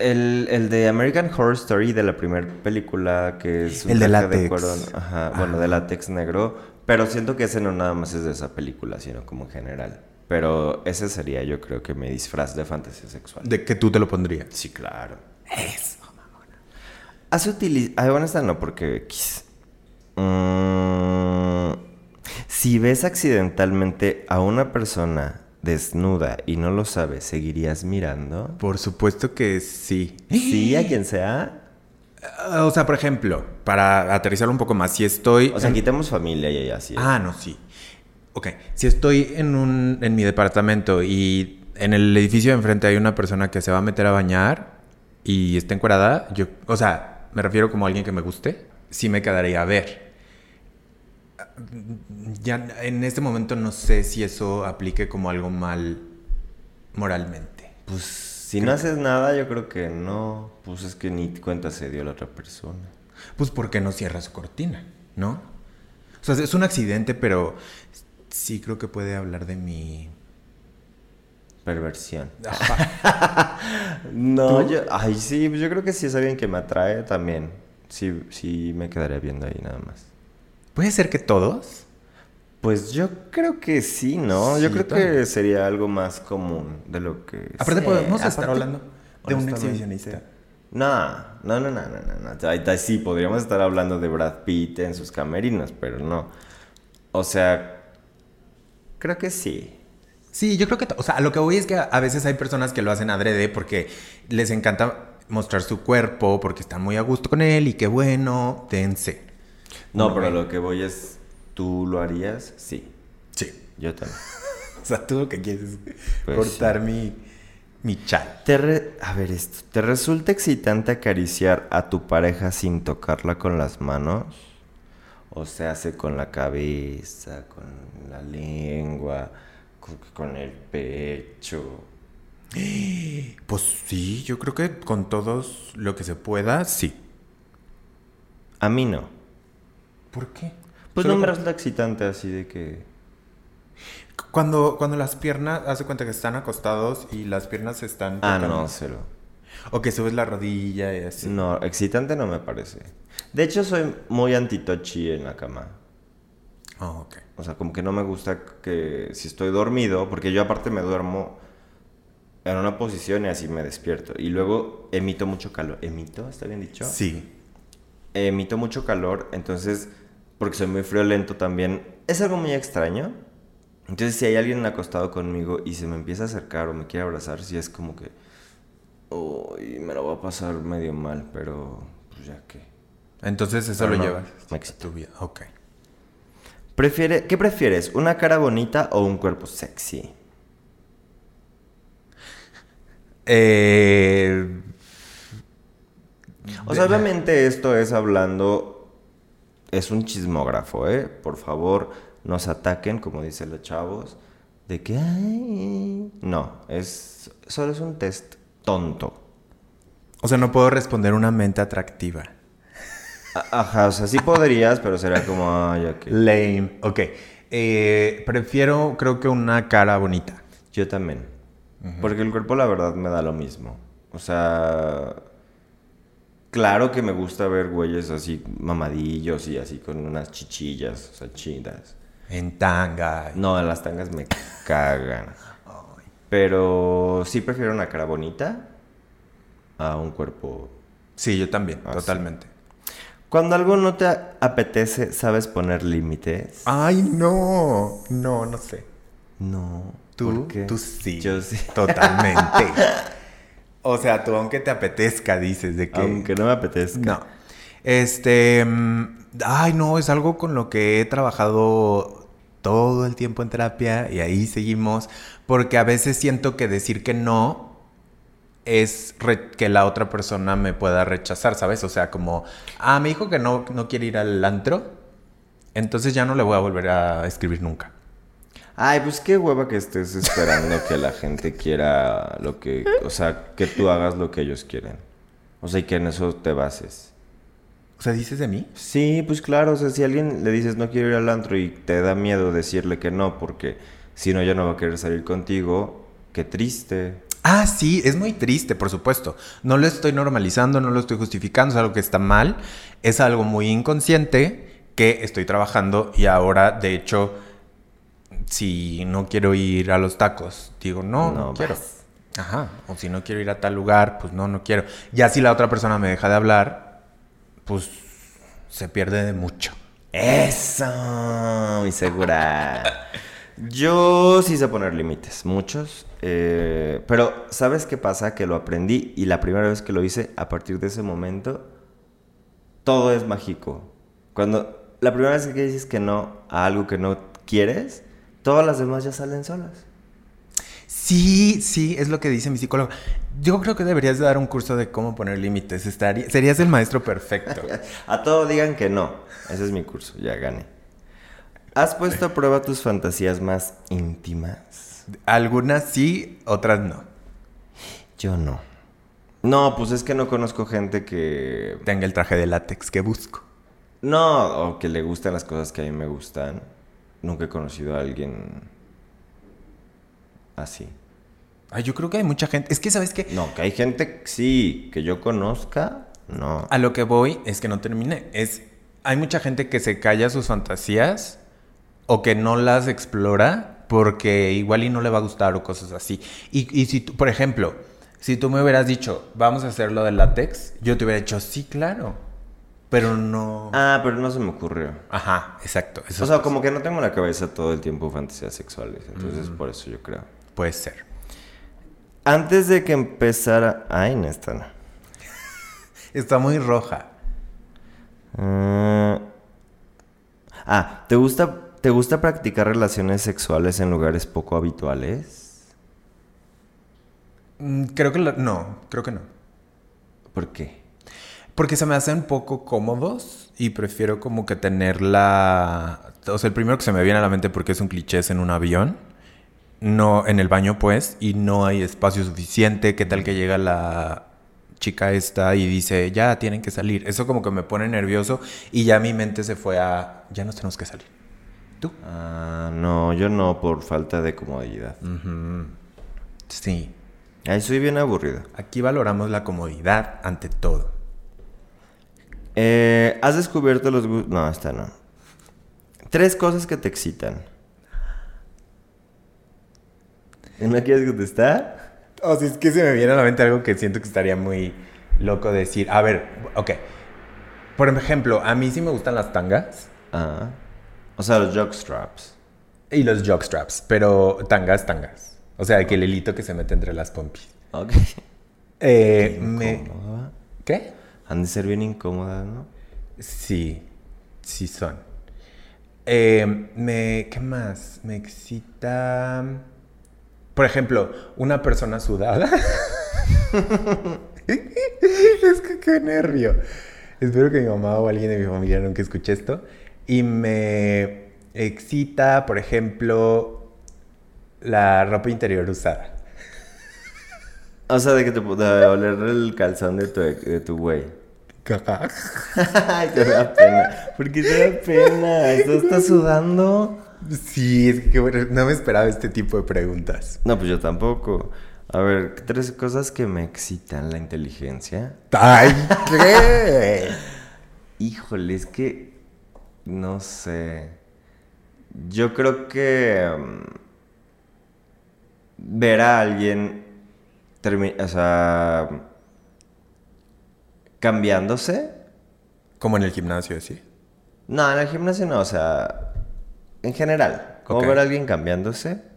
Speaker 1: el, el de American Horror Story de la primera película que es
Speaker 2: El de
Speaker 1: traje
Speaker 2: látex.
Speaker 1: cuero- ajá, bueno, de látex negro. Pero siento que ese no nada más es de esa película, sino como en general. Pero ese sería, yo creo que mi disfraz de fantasía sexual.
Speaker 2: De que tú te lo pondrías.
Speaker 1: Sí, claro. Eso, mamona. ¿Has utilizado...? Ay, bueno, esta no, porque... X. Mm, si ves accidentalmente a una persona desnuda y no lo sabes, ¿seguirías mirando?
Speaker 2: Por supuesto que sí.
Speaker 1: Sí, a quien sea.
Speaker 2: Ah, O sea, por ejemplo, para aterrizar un poco más, si estoy.
Speaker 1: O sea, quitemos familia y así.
Speaker 2: Ah, no, sí. Ok, si estoy en, un, en mi departamento y en el edificio de enfrente hay una persona que se va a meter a bañar y está encuerada, yo, o sea, me refiero como a alguien que me guste, sí me quedaría a ver. Ya en este momento no sé si eso aplique como algo mal moralmente.
Speaker 1: Pues si no haces nada, yo creo que no. Pues es que ni cuenta se dio la otra persona.
Speaker 2: Pues porque no cierra su cortina, ¿no? O sea, es un accidente, pero sí creo que puede hablar de mi...
Speaker 1: Perversión.
Speaker 2: Ajá.
Speaker 1: No,
Speaker 2: ¿Tú?
Speaker 1: yo, ay, sí, pues yo creo que si es alguien que me atrae también. Sí, sí me quedaría viendo ahí nada más.
Speaker 2: (laughs) ¿Puede ser que todos?
Speaker 1: Pues yo creo que sí, ¿no?
Speaker 2: Sí,
Speaker 1: yo creo
Speaker 2: también.
Speaker 1: que sería algo más común de lo que...
Speaker 2: Aparte, pues,
Speaker 1: sé.
Speaker 2: podemos estar
Speaker 1: Aparte-
Speaker 2: hablando de un
Speaker 1: honestamente,
Speaker 2: exhibicionista.
Speaker 1: No, no, no, no, no, no, no. Ahí- ahí Sí, podríamos estar hablando de Brad Pitt en sus camerinos, pero no. O sea, creo que sí.
Speaker 2: Sí, yo creo que, to- o sea, a lo que voy es que a- a veces hay personas que lo hacen adrede porque les encanta mostrar su cuerpo, porque están muy a gusto con él y qué bueno, dense.
Speaker 1: No,
Speaker 2: Ok.
Speaker 1: pero lo que voy es, ¿tú lo harías? Sí,
Speaker 2: Sí.
Speaker 1: yo también.
Speaker 2: O sea, tú lo que quieres es
Speaker 1: Pues
Speaker 2: cortar mi, mi chal.
Speaker 1: Te re- A ver esto, ¿te resulta excitante acariciar a tu pareja sin tocarla con las manos? O se hace con la cabeza, con la lengua, co- con el pecho.
Speaker 2: Pues sí, yo creo que con todos lo que se pueda, sí.
Speaker 1: A mí no.
Speaker 2: ¿Por qué?
Speaker 1: Pues
Speaker 2: Solo
Speaker 1: no me
Speaker 2: con-
Speaker 1: resulta excitante así de que...
Speaker 2: cuando, cuando las piernas, hace cuenta que están acostados y las piernas están...
Speaker 1: Ah,
Speaker 2: tocando.
Speaker 1: no, cero.
Speaker 2: O que subes la rodilla y así.
Speaker 1: No, excitante no me parece. De hecho, soy muy antitochi en la cama.
Speaker 2: Ah, ok.
Speaker 1: O sea, como que no me gusta que si estoy dormido, porque yo aparte me duermo en una posición y así me despierto. Y luego emito mucho calor. ¿Emito? ¿Está bien dicho?
Speaker 2: Sí.
Speaker 1: Emito mucho calor, entonces, porque soy muy friolento también. Es algo muy extraño. Entonces, si hay alguien acostado conmigo y se me empieza a acercar o me quiere abrazar, sí es como que. Uy, me lo va a pasar medio mal, pero. Pues ya que.
Speaker 2: Entonces eso
Speaker 1: Pero
Speaker 2: lo
Speaker 1: no,
Speaker 2: llevas.
Speaker 1: me excita.
Speaker 2: a tu vida. Ok.
Speaker 1: Prefiere, ¿Qué prefieres? ¿Una cara bonita o un cuerpo sexy?
Speaker 2: Eh,
Speaker 1: O sea, obviamente esto es hablando. Es un chismógrafo, ¿eh? Por favor, nos ataquen, como dicen los chavos. De que. "Ay". No, es. Solo es un test tonto.
Speaker 2: o sea, no puedo responder una mente atractiva.
Speaker 1: A- Ajá, o sea, sí podrías, pero será como. Ay, ok.
Speaker 2: Lame. Ok. Eh, prefiero, creo que una cara bonita.
Speaker 1: Yo también. Porque el cuerpo, la verdad, me da lo mismo. O sea. Claro que me gusta ver güeyes así mamadillos y así con unas chichillas, o sea, chidas.
Speaker 2: En tanga.
Speaker 1: No, las tangas me cagan. Pero sí prefiero una cara bonita a un cuerpo.
Speaker 2: Sí, yo también,
Speaker 1: Ah,
Speaker 2: totalmente.
Speaker 1: Cuando algo no te apetece, ¿sabes poner límites?
Speaker 2: Ay, no. No, no sé.
Speaker 1: No.
Speaker 2: Tú,
Speaker 1: ¿por qué?
Speaker 2: tú sí.
Speaker 1: Yo sí. (laughs)
Speaker 2: Totalmente. o sea, tú aunque te apetezca, dices de que.
Speaker 1: Aunque no me apetezca.
Speaker 2: No. Este. mm, Ay, no, es algo con lo que he trabajado todo el tiempo en terapia y ahí seguimos. Porque a veces siento que decir que no es re- que la otra persona me pueda rechazar, ¿sabes? O sea, como, ah, me dijo que no, no quiere ir al antro, entonces ya no le voy a volver a escribir nunca.
Speaker 1: Ay, pues qué hueva que estés esperando que la gente quiera lo que. O sea, que tú hagas lo que ellos quieren. O sea, y que en eso te bases.
Speaker 2: O sea, dices de mí.
Speaker 1: Sí, pues claro, o sea, si a alguien le dices no quiero ir al antro y te da miedo decirle que no, porque si no ya no va a querer salir contigo, qué triste.
Speaker 2: Ah, sí, es muy triste, por supuesto. No lo estoy normalizando, no lo estoy justificando, es algo que está mal, es algo muy inconsciente que estoy trabajando y ahora, de hecho, si no quiero ir a los tacos, digo, no, no,
Speaker 1: No
Speaker 2: quiero.
Speaker 1: vas.
Speaker 2: Ajá, o si no quiero ir a tal lugar, pues no, no quiero. Ya si la otra persona me deja de hablar, pues se pierde de mucho.
Speaker 1: Eso, mi segura. Yo sí sé poner límites, muchos. eh, pero ¿sabes qué pasa? Que lo aprendí y la primera vez que lo hice, a partir de ese momento, todo es mágico. Cuando la primera vez que dices que no a algo que no quieres, todas las demás ya salen solas.
Speaker 2: Sí, sí, es lo que dice mi psicólogo. Yo creo que deberías de dar un curso de cómo poner límites. Estaría, serías el maestro perfecto.
Speaker 1: A todo digan que no. Ese es mi curso, ya gané. ¿Has puesto a prueba tus fantasías más íntimas?
Speaker 2: Algunas sí, otras no.
Speaker 1: Yo no. No, pues es que no conozco gente que...
Speaker 2: Tenga el traje de látex que busco.
Speaker 1: No, o que le gustan las cosas que a mí me gustan. Nunca he conocido a alguien así.
Speaker 2: Ay, yo creo que hay mucha gente. Es que, ¿sabes qué?
Speaker 1: No, que hay gente, sí, que yo conozca, no.
Speaker 2: A lo que voy es que no terminé. Es hay mucha gente que se calla sus fantasías o que no las explora porque igual y no le va a gustar o cosas así. Y, y si tú, por ejemplo, si tú me hubieras dicho, vamos a hacer lo del látex, yo te hubiera dicho, sí, claro, pero no...
Speaker 1: Ah, pero no se me ocurrió.
Speaker 2: Ajá, exacto. eso
Speaker 1: O sea,
Speaker 2: es-
Speaker 1: como que no tengo en la cabeza todo el tiempo fantasías sexuales, entonces por eso yo creo.
Speaker 2: Puede ser.
Speaker 1: Antes de que empezara... Ay, no está. no.
Speaker 2: Está muy roja.
Speaker 1: Ah, ah, ¿te gusta, ¿te gusta practicar relaciones sexuales en lugares poco habituales?
Speaker 2: Mm, Creo que la- no, creo que no.
Speaker 1: ¿Por qué?
Speaker 2: Porque se me hacen poco cómodos y prefiero como que tener la... O sea, el primero que se me viene a la mente porque es un cliché es en un avión. No, en el baño pues, y no hay espacio suficiente. ¿Qué tal que llega la chica esta y dice, ya tienen que salir? Eso como que me pone nervioso y ya mi mente se fue a, ya nos tenemos que salir. ¿Tú?
Speaker 1: Ah, no, yo no, por falta de comodidad.
Speaker 2: Sí.
Speaker 1: Ay, soy bien aburrido.
Speaker 2: Aquí valoramos la comodidad ante todo.
Speaker 1: Eh, ¿Has descubierto los gustos? No, esta no. Tres cosas que te excitan. ¿No quieres contestar?
Speaker 2: O sea, es que se me viene a la mente algo que siento que estaría muy loco decir. A ver, ok. Por ejemplo, a mí sí me gustan las tangas
Speaker 1: Ah. O sea, los jockstraps.
Speaker 2: y los jockstraps, pero tangas, tangas. O sea, que el hilito que se mete entre las pompis.
Speaker 1: Ok.
Speaker 2: Eh, me-
Speaker 1: Incómoda.
Speaker 2: ¿Qué?
Speaker 1: Han de ser bien incómodas, ¿no?
Speaker 2: Sí, sí son. Eh, me, ¿Qué más? Me excita... Por ejemplo, una persona sudada. (laughs) es que qué nervio. Espero que mi mamá o alguien de mi familia nunca escuche esto. Y me excita, por ejemplo, la ropa interior usada. (laughs)
Speaker 1: O sea, de que te pueda oler el calzón de tu, e, de tu güey. (laughs) Ay, te (laughs) da pena. ¿Por qué te da pena? ¿Esto está sudando?
Speaker 2: Sí, es que qué bueno, no me esperaba este tipo de preguntas.
Speaker 1: No, pues yo tampoco. A ver, tres cosas que me excitan. La inteligencia.
Speaker 2: ¡Ay, qué!
Speaker 1: Híjole, es que no sé. Yo creo que mm, ver a alguien termi- o sea, cambiándose.
Speaker 2: Como en el gimnasio, sí.
Speaker 1: No, en el gimnasio no, o sea, en general, como
Speaker 2: Ok.
Speaker 1: ver a alguien cambiándose.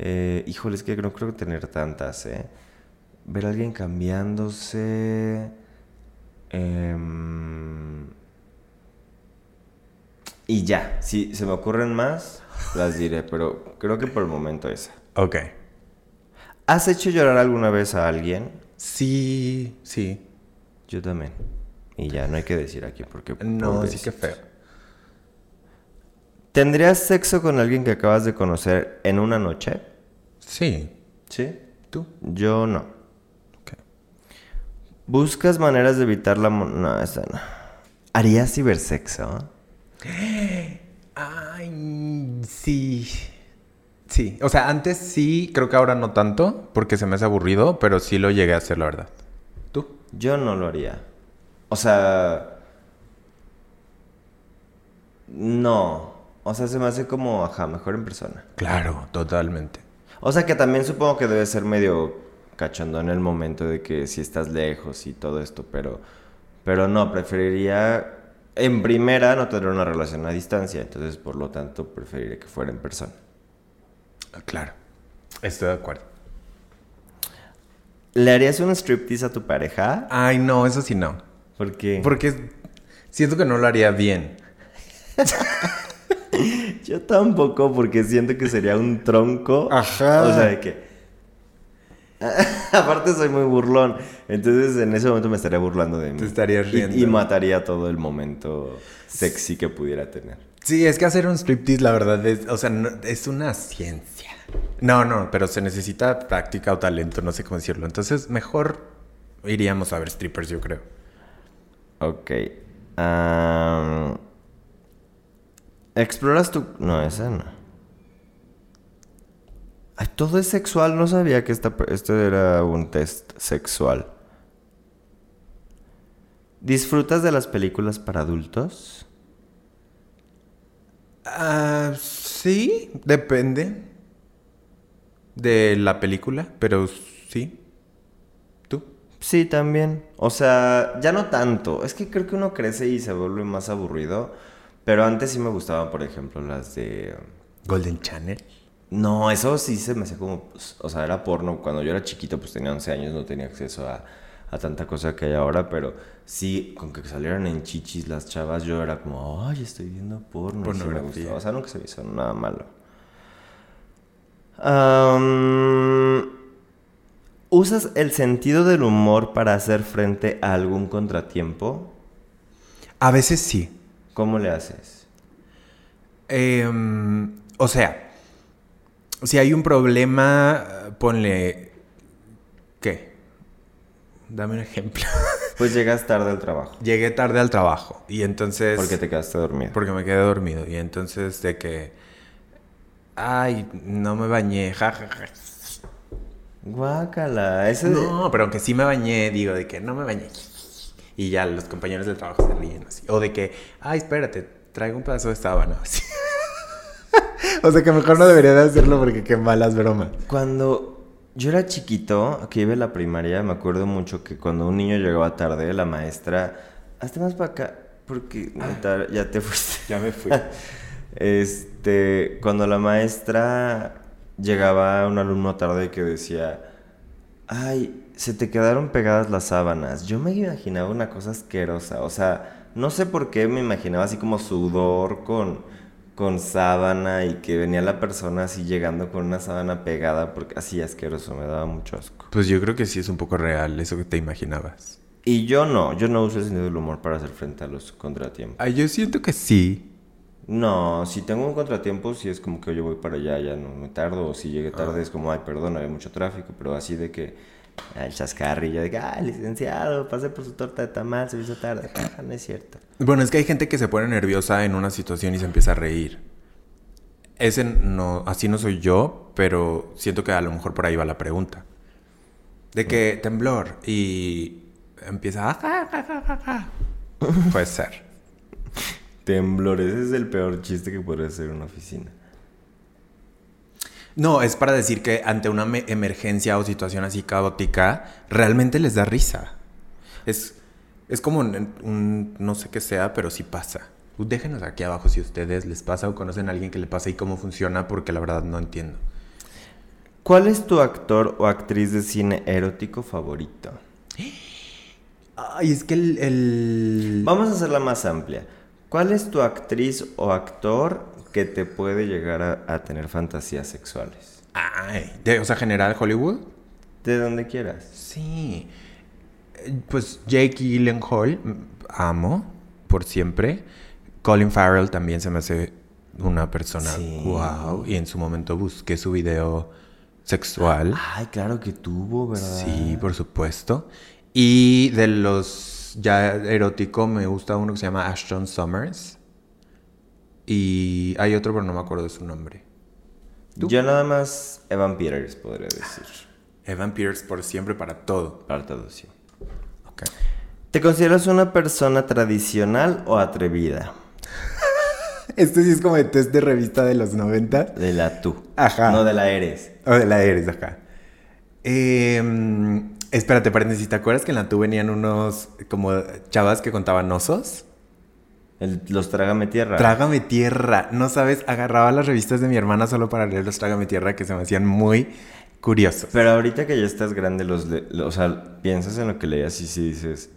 Speaker 1: Eh, híjole, es que no creo tener tantas, ¿eh? Ver a alguien cambiándose. em, y ya, si se me ocurren más, las diré, pero creo que por el momento esa.
Speaker 2: Ok.
Speaker 1: ¿Has hecho llorar alguna vez a alguien?
Speaker 2: Sí, sí.
Speaker 1: Yo también. Y ya, no hay que decir aquí porque...
Speaker 2: No, sí
Speaker 1: pobrecitos.
Speaker 2: que feo.
Speaker 1: ¿Tendrías sexo con alguien que acabas de conocer en una noche?
Speaker 2: Sí.
Speaker 1: Sí.
Speaker 2: ¿Tú?
Speaker 1: Yo no.
Speaker 2: Ok.
Speaker 1: ¿Buscas maneras de evitar la... mon- No, esa no. ¿Harías cibersexo?
Speaker 2: Ay, sí. Sí. O sea, antes sí, creo que ahora no tanto, porque se me hace aburrido, pero sí lo llegué a hacer, la verdad. ¿Tú?
Speaker 1: Yo no lo haría. O sea... No. O sea, se me hace como, ajá, mejor en persona.
Speaker 2: Claro, totalmente.
Speaker 1: O sea que también supongo que debe ser medio cachondo en el momento de que si estás lejos y todo esto, pero, pero no, preferiría en primera no tener una relación a distancia, entonces por lo tanto preferiría que fuera en persona.
Speaker 2: Ah, Claro. Estoy de acuerdo.
Speaker 1: ¿Le harías un striptease a tu pareja?
Speaker 2: Ay, no, eso sí no.
Speaker 1: Porque
Speaker 2: Porque siento que no lo haría bien.
Speaker 1: yo tampoco, porque siento que sería un tronco.
Speaker 2: Ajá.
Speaker 1: O sea, de que... Ah. (laughs) Aparte soy muy burlón, entonces en ese momento me estaría burlando de mí.
Speaker 2: Te estarías
Speaker 1: Y-
Speaker 2: riendo.
Speaker 1: y mataría todo el momento sexy que pudiera tener.
Speaker 2: Sí, es que hacer un striptease, la verdad, es, o sea, no- es una ciencia. No, no, pero se necesita práctica o talento, no sé cómo decirlo. Entonces, mejor iríamos a ver strippers, yo creo.
Speaker 1: Ok. am, Exploras tu... No, esa no. Ay, todo es sexual. No sabía que esta, esto era un test sexual. ¿Disfrutas de las películas para adultos?
Speaker 2: Ah, sí, depende de la película, pero sí. ¿Tú?
Speaker 1: Sí, también. O sea, ya no tanto. Es que creo que uno crece y se vuelve más aburrido. Pero antes sí me gustaban, por ejemplo, las de...
Speaker 2: Golden Channel.
Speaker 1: No, eso sí se me hacía como... pues, O sea, era porno. Cuando yo era chiquito, pues tenía 11 años, no tenía acceso a, a tanta cosa que hay ahora. Pero sí, con que salieran en chichis las chavas, yo era como... Ay, estoy viendo porno. y sí me
Speaker 2: Pornografía.
Speaker 1: gustaba. O sea, nunca se me hizo nada malo. Am, ¿Usas el sentido del humor para hacer frente a algún contratiempo?
Speaker 2: A veces sí.
Speaker 1: ¿Cómo le haces?
Speaker 2: Em, o sea, si hay un problema, ponle... ¿Qué? Dame un ejemplo.
Speaker 1: Pues llegas tarde al trabajo.
Speaker 2: Llegué tarde al trabajo y entonces...
Speaker 1: Porque te quedaste dormido.
Speaker 2: Porque me quedé dormido. Y entonces de que... Ay, no me bañé. Ja, ja, ja.
Speaker 1: Guácala. Ese
Speaker 2: No, pero aunque sí me bañé, digo, de que no me bañé. Y ya los compañeros del trabajo se ríen así. O de que, ay, espérate, traigo un pedazo de sábana. así. (laughs) o sea que mejor no debería de hacerlo porque qué malas bromas.
Speaker 1: Cuando yo era chiquito, que iba en la primaria, me acuerdo mucho que cuando un niño llegaba tarde, la maestra, hazte más para acá, porque neta, ya te fuiste.
Speaker 2: Ya me fui.
Speaker 1: Este, cuando la maestra llegaba a un alumno tarde que decía, ay, se te quedaron pegadas las sábanas. Yo me imaginaba una cosa asquerosa, o sea, no sé por qué me imaginaba así como sudor con, con sábana y que venía la persona así llegando con una sábana pegada, porque así asqueroso, me daba mucho asco.
Speaker 2: Pues yo creo que sí es un poco real eso que te imaginabas.
Speaker 1: Y yo no, yo no uso el sentido del humor para hacer frente a los contratiempos.
Speaker 2: Ay, yo siento que sí.
Speaker 1: No, si tengo un contratiempo, si es como que yo voy para allá, ya no me tardo, o si llegué tarde es como, ay, perdón, había mucho tráfico, pero así de que, ah, el chascarrillo, de que, ah, licenciado, pasé por su torta de tamal, se hizo tarde, Ah, no es cierto.
Speaker 2: Bueno, es que hay gente que se pone nerviosa en una situación y se empieza a reír. Ese no, así no soy yo, pero siento que a lo mejor por ahí va la pregunta. De que temblor y empieza a... ja, ja, ja, ja, ja. Puede ser.
Speaker 1: Temblores, ese es el peor chiste que podría hacer una oficina.
Speaker 2: No, es para decir que ante una me- emergencia o situación así caótica, realmente les da risa. Es, es como un, un- no sé qué sea, pero sí pasa. Déjenos aquí abajo si ustedes les pasa o conocen a alguien que le pasa y cómo funciona, porque la verdad no entiendo.
Speaker 1: ¿Cuál es tu actor o actriz de cine erótico favorito?
Speaker 2: Ay, es que el... el-
Speaker 1: Vamos a hacerla más amplia. ¿Cuál es tu actriz o actor que te puede llegar a, a tener fantasías sexuales?
Speaker 2: Ay, de- o sea, general Hollywood.
Speaker 1: De donde quieras.
Speaker 2: Sí. Eh, Pues Jake Gyllenhaal, m- amo, por siempre. Colin Farrell también se me hace una persona
Speaker 1: Sí.
Speaker 2: wow. Y en su momento busqué su video sexual.
Speaker 1: Ay, claro que tuvo, ¿verdad?
Speaker 2: Sí, por supuesto. Y de los ya erótico me gusta uno que se llama Ashton Summers. Y hay otro, pero no me acuerdo de su nombre.
Speaker 1: Yo nada más Evan Peters podría decir.
Speaker 2: Evan Peters por siempre para todo.
Speaker 1: Para traducción.
Speaker 2: Ok.
Speaker 1: ¿Te consideras una persona tradicional o atrevida?
Speaker 2: Este sí es como de test de revista de los 90.
Speaker 1: De la tú.
Speaker 2: Ajá.
Speaker 1: No de la eres.
Speaker 2: O de Oh, la eres acá. Em, espérate, paréntesis. ¿Te acuerdas que en la tu venían unos como chavas que contaban osos?
Speaker 1: El- los trágame tierra.
Speaker 2: Trágame tierra. No sabes, agarraba las revistas de mi hermana solo para leer los Trágame tierra que se me hacían muy curiosos.
Speaker 1: Pero ahorita que ya estás grande, los, le- lo- o sea, piensas en lo que leías y si dices,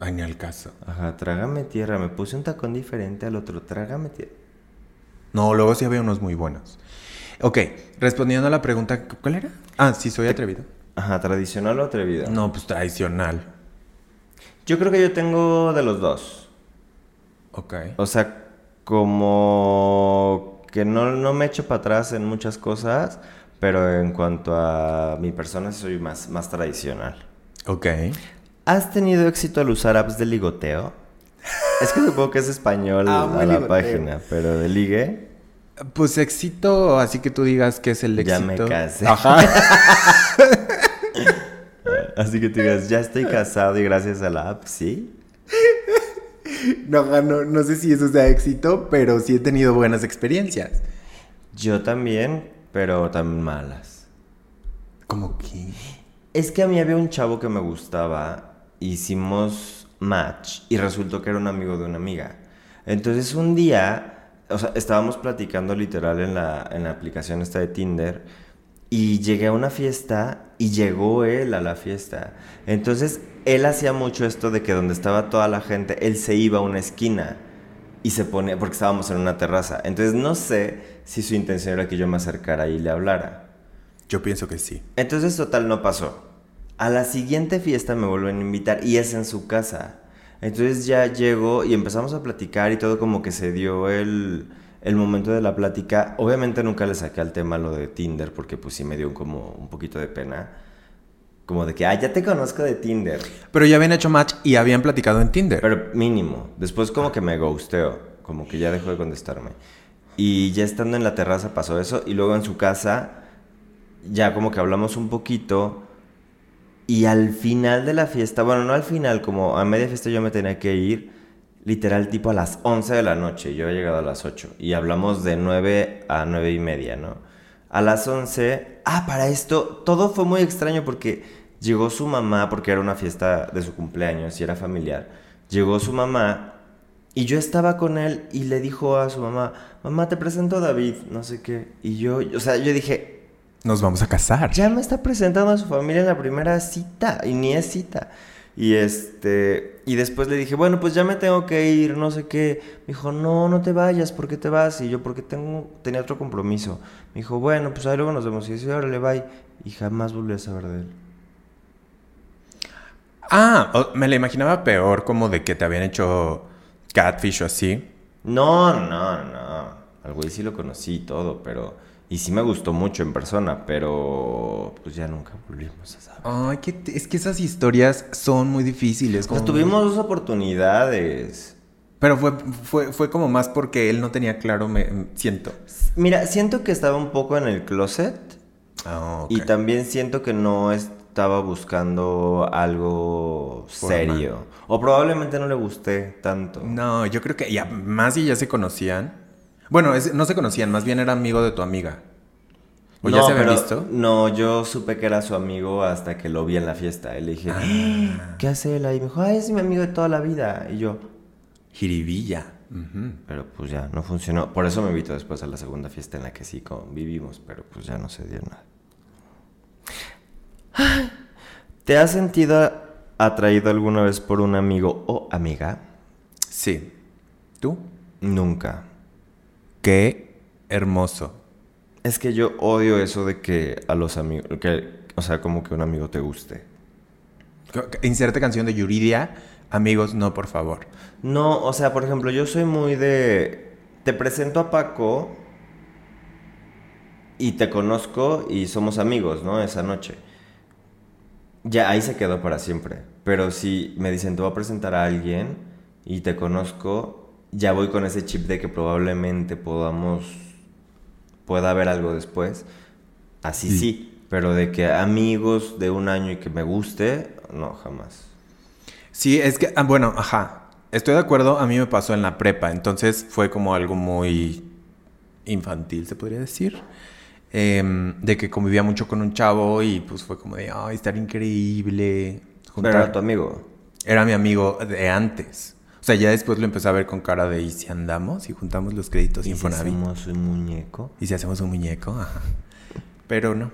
Speaker 2: Ay, ni al caso.
Speaker 1: ajá, trágame tierra, me puse un tacón diferente al otro, trágame tierra.
Speaker 2: No, luego sí había unos muy buenos. Ok, respondiendo a la pregunta, ¿cuál era? Ah, sí, soy atrevido.
Speaker 1: Ajá, tradicional o atrevida.
Speaker 2: No, pues tradicional.
Speaker 1: Yo creo que yo tengo de los dos.
Speaker 2: Ok.
Speaker 1: O sea, como que no, no me echo para atrás en muchas cosas, pero en cuanto a mi persona sí soy más, más tradicional.
Speaker 2: Ok.
Speaker 1: ¿Has tenido éxito al usar apps de ligoteo? Es que supongo que es español
Speaker 2: Amo
Speaker 1: a
Speaker 2: el
Speaker 1: la
Speaker 2: ligoteo.
Speaker 1: página, pero de ligue.
Speaker 2: Pues éxito, así que tú digas que es el
Speaker 1: Ya
Speaker 2: éxito.
Speaker 1: me casé.
Speaker 2: Ajá.
Speaker 1: Así que te digas, ya estoy casado y gracias a la app, ¿sí?
Speaker 2: No, no, no sé si eso sea éxito, pero sí he tenido buenas experiencias.
Speaker 1: Yo también, pero también malas.
Speaker 2: ¿Cómo que?
Speaker 1: Es que a mí había un chavo que me gustaba, hicimos match y resultó que era un amigo de una amiga. Entonces un día, o sea, estábamos platicando literal en la, en la aplicación esta de Tinder y llegué a una fiesta y llegó él a la fiesta. Entonces él hacía mucho esto de que donde estaba toda la gente, él se iba a una esquina y se ponía, porque estábamos en una terraza. Entonces no sé si su intención era que yo me acercara y le hablara.
Speaker 2: Yo pienso que sí.
Speaker 1: Entonces, total, no pasó. A la siguiente fiesta me vuelven a invitar y es en su casa. Entonces ya llego y empezamos a platicar y todo como que se dio el, el momento de la plática. Obviamente nunca le saqué al tema lo de Tinder porque pues sí me dio un como un poquito de pena. Como de que, ah, ya te conozco de Tinder.
Speaker 2: Pero ya habían hecho match y habían platicado en Tinder.
Speaker 1: Pero mínimo. Después como que me ghosteó. Como que ya dejó de contestarme. Y ya estando en la terraza pasó eso. Y luego en su casa ya como que hablamos un poquito y al final de la fiesta, bueno, no al final, como a media fiesta yo me tenía que ir, literal tipo a las 11 de la noche, yo he llegado a las 8 y hablamos de 9 a 9 y media, ¿no? A las 11, ah, para esto, todo fue muy extraño porque llegó su mamá, porque era una fiesta de su cumpleaños y era familiar, llegó su mamá y yo estaba con él y le dijo a su mamá, mamá, te presento a David, no sé qué, y yo, o sea, yo dije,
Speaker 2: nos vamos a casar.
Speaker 1: Ya me está presentando a su familia en la primera cita y ni es cita. Y este y después le dije, "Bueno, pues ya me tengo que ir, no sé qué." Me dijo, "No, no te vayas, ¿por qué te vas?" Y yo, "Porque tengo tenía otro compromiso." Me dijo, "Bueno, pues ahí luego nos vemos." Y dice, "Órale, bye." Y jamás volví a saber de él.
Speaker 2: Ah, o- me la imaginaba peor, como de que te habían hecho catfish o así.
Speaker 1: No, no, no. Al güey sí lo conocí y todo, pero y sí me gustó mucho en persona, pero pues ya nunca volvimos a saber.
Speaker 2: Ay, que te- es que esas historias son muy difíciles.
Speaker 1: O sea,
Speaker 2: como-
Speaker 1: tuvimos dos oportunidades.
Speaker 2: Pero fue, fue, fue como más porque él no tenía claro, me siento.
Speaker 1: Mira, siento que estaba un poco en el closet.
Speaker 2: Ah, ok.
Speaker 1: Y también siento que no estaba buscando algo
Speaker 2: Formal.
Speaker 1: serio. O probablemente no le gusté tanto.
Speaker 2: No, yo creo que ya, más y ya se conocían. Bueno, es- no se conocían, más bien era amigo de tu amiga. ¿O ya
Speaker 1: No,
Speaker 2: se habían
Speaker 1: pero-
Speaker 2: visto?
Speaker 1: No, yo supe que era su amigo hasta que lo vi en la fiesta. Y le dije, "Ah, ¿qué hace él ahí? Me dijo, ah, es mi amigo de toda la vida. Y yo,
Speaker 2: Jiribilla. Ujú.
Speaker 1: pero pues ya, no funcionó. Por eso me invitó después a la segunda fiesta en la que sí convivimos, pero pues ya no se dio nada. Ay, ¿Te has sentido atraído alguna vez por un amigo o amiga?
Speaker 2: Sí. ¿Tú?
Speaker 1: Nunca.
Speaker 2: Qué hermoso.
Speaker 1: Es que yo odio eso de que a los amigos, que, o sea, como que un amigo te guste.
Speaker 2: Co- co- Inserte canción de Yuridia. Amigos, no, por favor.
Speaker 1: No, o sea, por ejemplo, yo soy muy de, te presento a Paco y te conozco y somos amigos, ¿no? Esa noche. Ya ahí se quedó para siempre. Pero si me dicen, te voy a presentar a alguien y te conozco, ya voy con ese chip de que probablemente podamos, pueda haber algo después. Así
Speaker 2: Sí.
Speaker 1: sí, pero de que amigos de un año y que me guste, no, jamás.
Speaker 2: Sí, es que, ah, bueno, ajá. Estoy de acuerdo, a mí me pasó en la prepa, entonces fue como algo muy infantil, se podría decir. Em, de que convivía mucho con un chavo y pues fue como de, ay, estar increíble.
Speaker 1: Pero era
Speaker 2: juntar-
Speaker 1: tu amigo.
Speaker 2: Era mi amigo de antes. O sea, ya después lo empecé a ver con cara de, ¿y si andamos y juntamos los créditos
Speaker 1: Y si
Speaker 2: Infonavit?
Speaker 1: somos un muñeco.
Speaker 2: ¿Y si hacemos un muñeco? Ajá. Pero no,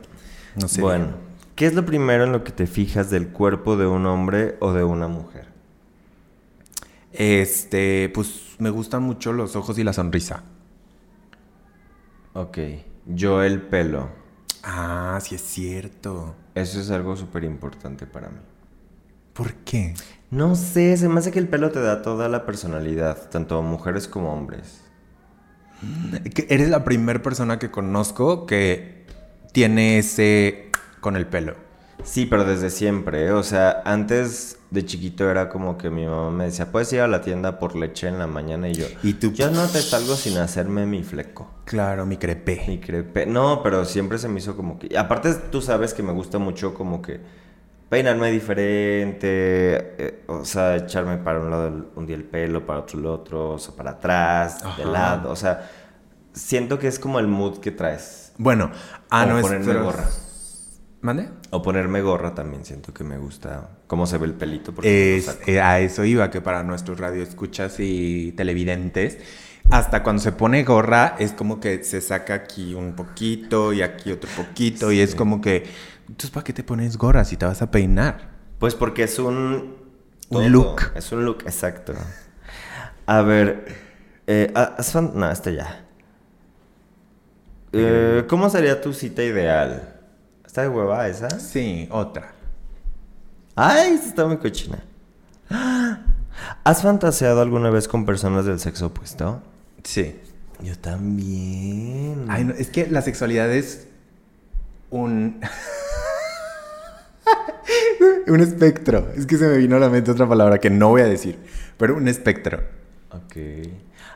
Speaker 2: no sé.
Speaker 1: Bueno, ¿qué es lo primero en lo que te fijas del cuerpo de un hombre o de una mujer?
Speaker 2: Este, pues me gustan mucho los ojos y la sonrisa.
Speaker 1: Ok, yo el pelo.
Speaker 2: Ah, sí es cierto.
Speaker 1: Eso es algo súper importante para mí.
Speaker 2: ¿Por qué?
Speaker 1: No sé, se me hace que el pelo te da toda la personalidad, tanto mujeres como hombres.
Speaker 2: Que eres la primera persona que conozco que tiene ese con el pelo.
Speaker 1: Sí, pero desde siempre, ¿eh? o sea, antes de chiquito era como que mi mamá me decía, puedes ir a la tienda por leche en la mañana y yo,
Speaker 2: Y tú-
Speaker 1: yo no te salgo sin hacerme mi fleco.
Speaker 2: Claro, mi crepé.
Speaker 1: Mi crepe. No, pero siempre se me hizo como que. Aparte, tú sabes que me gusta mucho como que peinarme diferente, eh, o sea, echarme para un lado el- un día el pelo, para otro el otro, o sea, para atrás, de
Speaker 2: Ajá.
Speaker 1: lado, o sea, siento que es como el mood que traes.
Speaker 2: Bueno, a
Speaker 1: O
Speaker 2: nuestros...
Speaker 1: ponerme gorra.
Speaker 2: ¿Mande?
Speaker 1: O ponerme gorra también, siento que me gusta cómo se ve el pelito. me
Speaker 2: Es-
Speaker 1: lo saco.
Speaker 2: eh, a eso iba, que para nuestros radioescuchas y televidentes, hasta cuando se pone gorra es como que se saca aquí un poquito y aquí otro poquito y es
Speaker 1: Sí.
Speaker 2: como que, entonces ¿para qué te pones gorra si te vas a peinar?
Speaker 1: Pues porque es un...
Speaker 2: Un look.
Speaker 1: Es un look, exacto. A ver, eh, ah, ¿has fan- No, este ya. Eh, ¿Cómo sería tu cita ideal? ¿Está de hueva esa?
Speaker 2: Sí, otra.
Speaker 1: Ay, esta está muy cochina. ¿Has fantaseado alguna vez con personas del sexo opuesto?
Speaker 2: Sí.
Speaker 1: Yo también.
Speaker 2: Ay, no, es que la sexualidad es un... (laughs) un espectro. Es que se me vino a la mente otra palabra que no voy a decir, pero un espectro.
Speaker 1: Ok.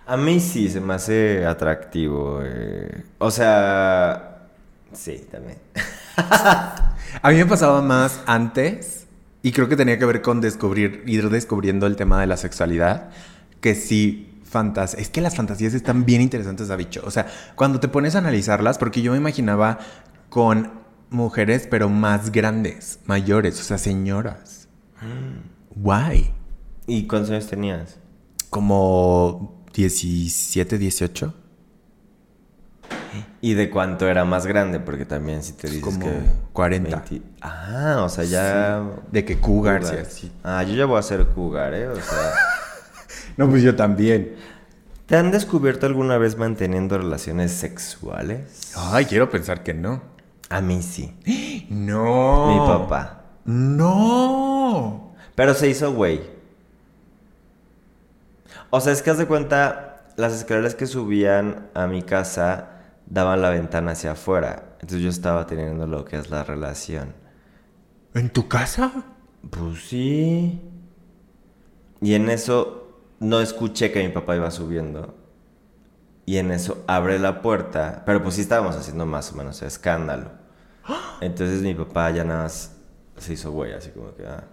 Speaker 1: A mí sí, se me hace atractivo. eh. O sea, sí, también.
Speaker 2: A mí me pasaba más antes y creo que tenía que ver con descubrir, ir descubriendo el tema de la sexualidad, que sí fantas, es que las fantasías están bien interesantes, a bicho. O sea, cuando te pones a analizarlas, porque yo me imaginaba con mujeres, pero más grandes, mayores, o sea, señoras. Guay.
Speaker 1: ¿Y cuántos años tenías?
Speaker 2: Como 17, 18.
Speaker 1: ¿Y de cuánto era más grande? Porque también si te dices
Speaker 2: Pues Como
Speaker 1: que...
Speaker 2: 40.
Speaker 1: Ah, o sea, ya...
Speaker 2: De que cougar, sí,
Speaker 1: Cougar.
Speaker 2: así.
Speaker 1: Ah, yo ya voy a ser cougar, ¿eh? O sea...
Speaker 2: (laughs) No, pues yo también.
Speaker 1: ¿Te han descubierto alguna vez manteniendo relaciones sexuales?
Speaker 2: Ay, quiero pensar que no.
Speaker 1: A mí sí.
Speaker 2: No.
Speaker 1: Mi papá.
Speaker 2: No.
Speaker 1: Pero se hizo güey. O sea, es que haz de cuenta, las escaleras que subían a mi casa daban la ventana hacia afuera. Entonces yo estaba teniendo lo que es la relación.
Speaker 2: ¿En tu casa?
Speaker 1: Pues sí. Y en eso no escuché que mi papá iba subiendo. Y en eso abre la puerta. Pero pues sí estábamos haciendo más o menos
Speaker 2: (gasps)
Speaker 1: escándalo. Entonces mi papá ya nada más se hizo güey, así como que. ah,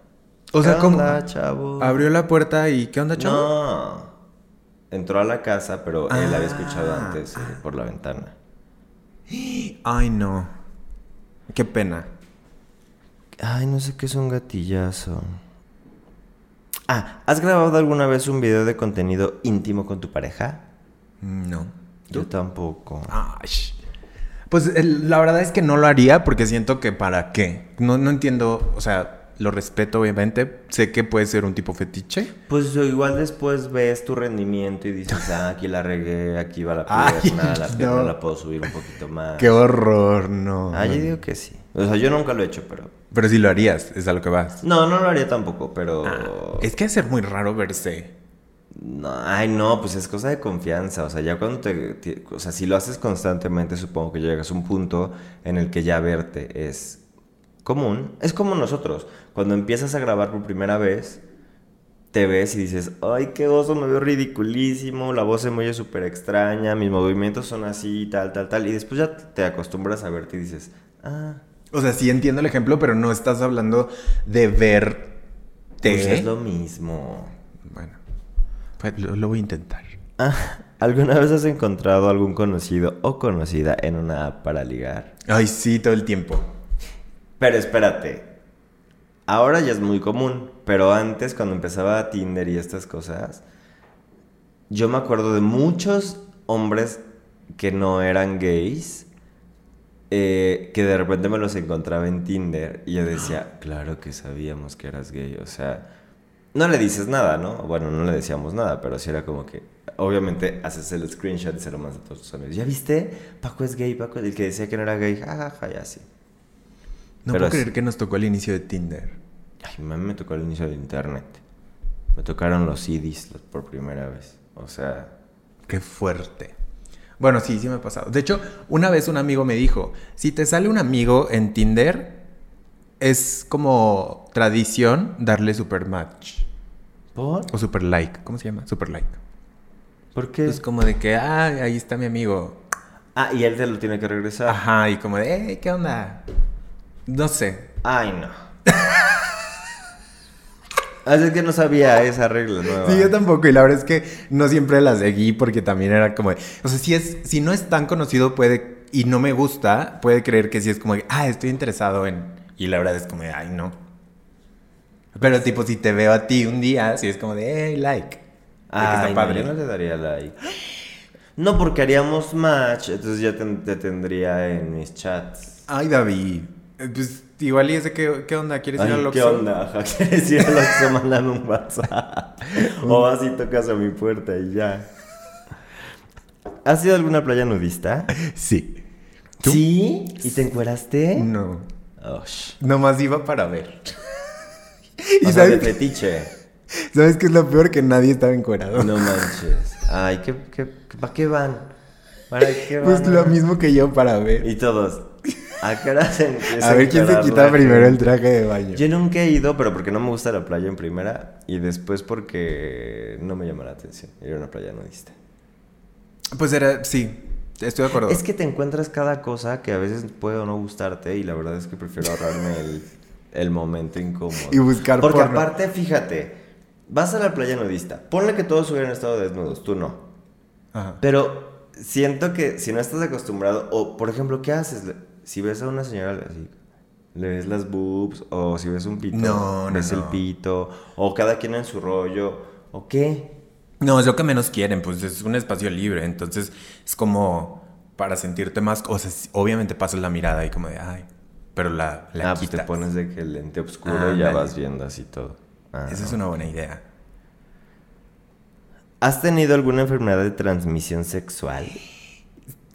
Speaker 2: O sea,
Speaker 1: ¿qué
Speaker 2: ¿cómo?
Speaker 1: onda, chavo?
Speaker 2: Abrió la puerta y ¿qué onda, chavo?
Speaker 1: No. Entró a la casa, pero él había escuchado
Speaker 2: Ah.
Speaker 1: antes eh, por la ventana.
Speaker 2: Ay, no. Qué pena.
Speaker 1: Ay, no sé qué es un gatillazo. Ah, ¿has grabado alguna vez un video de contenido íntimo con tu pareja?
Speaker 2: No.
Speaker 1: Yo tampoco.
Speaker 2: Ay. Pues el- la verdad es que no lo haría porque siento que para qué. No, no entiendo, o sea, lo respeto obviamente. Sé que puede ser un tipo fetiche.
Speaker 1: Pues o igual después ves tu rendimiento y dices, ah, aquí la regué, aquí va (laughs) la
Speaker 2: Ay,
Speaker 1: pierna, la pierna
Speaker 2: no.
Speaker 1: la puedo subir un poquito más.
Speaker 2: Qué horror, no.
Speaker 1: Ah, yo digo que sí. O sea, yo nunca lo he hecho, pero...
Speaker 2: Pero si lo harías, es a lo que vas.
Speaker 1: No, no lo haría tampoco, pero...
Speaker 2: Es que es ser muy raro verse.
Speaker 1: No, ay, no, pues es cosa de confianza. O sea, ya cuando te, te- O sea, si lo haces constantemente, supongo que llegas a un punto en el que ya verte es común. Es como nosotros. Cuando empiezas a grabar por primera vez, te ves y dices, ay, qué oso, me veo ridiculísimo, la voz se me oye súper extraña, mis movimientos son así, tal, tal, tal. Y después ya te acostumbras a verte y dices, ah,
Speaker 2: O sea, sí entiendo el ejemplo, pero no estás hablando de verte.
Speaker 1: pues es lo mismo.
Speaker 2: Bueno, pues lo, lo voy a intentar.
Speaker 1: Ah, ¿Alguna vez has encontrado algún conocido o conocida en una app para ligar?
Speaker 2: Ay, sí, todo el tiempo.
Speaker 1: Pero espérate. Ahora ya es muy común, pero antes cuando empezaba Tinder y estas cosas, yo me acuerdo de muchos hombres que no eran gays, eh, que de repente me los encontraba en Tinder y yo decía, claro que sabíamos que eras gay, o sea, no le dices nada, ¿no? Bueno, no le decíamos nada, pero sí era como que, obviamente, haces el screenshot y se lo mandas a todos tus amigos. ¿Ya viste? Paco es gay, Paco, el que decía que no era gay, jajaja, y así.
Speaker 2: No
Speaker 1: Pero
Speaker 2: puedo
Speaker 1: es-
Speaker 2: creer que nos tocó el inicio de Tinder.
Speaker 1: Ay, a mí me tocó el inicio de internet. Me tocaron los CDs los- por primera vez. O sea,
Speaker 2: Qué fuerte. Bueno, sí, sí me ha pasado. De hecho, una vez un amigo me dijo, si te sale un amigo en Tinder, es como tradición darle super match
Speaker 1: ¿por?
Speaker 2: o super like. ¿Cómo se llama? Super like.
Speaker 1: ¿Por qué?
Speaker 2: Es como de que, ah, ahí está mi amigo.
Speaker 1: pues, Ah, y él te lo tiene que regresar.
Speaker 2: Ajá, y como de, "Ey, ¿qué onda? No sé.
Speaker 1: Ay, no. (laughs) Así que no sabía esa regla nueva.
Speaker 2: Sí, yo tampoco. Y la verdad es que no siempre la seguí porque también era como. de- O sea, si, es, si no es tan conocido, puede. Y no me gusta, puede creer que sí es como de, ah, estoy interesado en. Y la verdad es como de, ay, no. Pero tipo, si te veo a ti un día, sí es como de, hey, like. Ah,
Speaker 1: Ay,
Speaker 2: está
Speaker 1: no,
Speaker 2: padre.
Speaker 1: yo no le daría like. No, porque haríamos match, entonces ya te, te tendría en mis chats.
Speaker 2: Ay, David. Eh, Pues igual y ese, ¿qué, qué onda? ¿Quieres ir
Speaker 1: Ay,
Speaker 2: al
Speaker 1: ¿Qué
Speaker 2: Oxxo?
Speaker 1: onda? Ajá, (laughs) ¿Quieres ir al Oxxo? Mándame un WhatsApp. o así tocas a mi puerta y ya. ¿Has ido a alguna playa nudista?
Speaker 2: Sí.
Speaker 1: ¿Sí? ¿Y te encueraste?
Speaker 2: No.
Speaker 1: Osh.
Speaker 2: Nomás iba para ver.
Speaker 1: (laughs) O
Speaker 2: ¿Y
Speaker 1: sea, de
Speaker 2: sabes,
Speaker 1: fetiche.
Speaker 2: ¿sabes qué es lo peor? Que nadie estaba encuerado.
Speaker 1: No manches. Ay, ¿qué, qué, qué, para qué van? ¿Para qué van?
Speaker 2: Pues lo mismo que yo para ver.
Speaker 1: Y todos. ¿A qué hora se empieza
Speaker 2: A ver quién se
Speaker 1: encuerar
Speaker 2: quita
Speaker 1: la
Speaker 2: primero el
Speaker 1: gente?
Speaker 2: traje de baño.
Speaker 1: Yo nunca he ido, pero porque no me gusta la playa en primera y después porque no me llama la atención. Era una playa nudista.
Speaker 2: Pues era, sí, estoy de acuerdo.
Speaker 1: Es que te encuentras cada cosa que a veces puede o no gustarte y la verdad es que prefiero ahorrarme el, el momento incómodo.
Speaker 2: Y buscar
Speaker 1: Porque
Speaker 2: porno.
Speaker 1: aparte, fíjate, vas a la playa nudista, ponle que todos hubieran estado desnudos, tú no.
Speaker 2: Ajá.
Speaker 1: Pero siento que si no estás acostumbrado, o por ejemplo, ¿qué haces? Le- Si ves a una señora así, le ves las boobs, o si ves un pito,
Speaker 2: No, no,
Speaker 1: ves el
Speaker 2: no.
Speaker 1: pito, o cada quien en su rollo, o qué.
Speaker 2: No, es lo que menos quieren, pues es un espacio libre, entonces es como para sentirte más, o sea, sí, obviamente pasas la mirada y como de, ay, pero la, la
Speaker 1: ah, pues te
Speaker 2: quitas.
Speaker 1: pones de que el lente oscuro
Speaker 2: Ah,
Speaker 1: y ya
Speaker 2: ándale.
Speaker 1: vas viendo así todo. Ah,
Speaker 2: Esa
Speaker 1: no.
Speaker 2: es una buena idea.
Speaker 1: ¿Has tenido alguna enfermedad de transmisión sexual?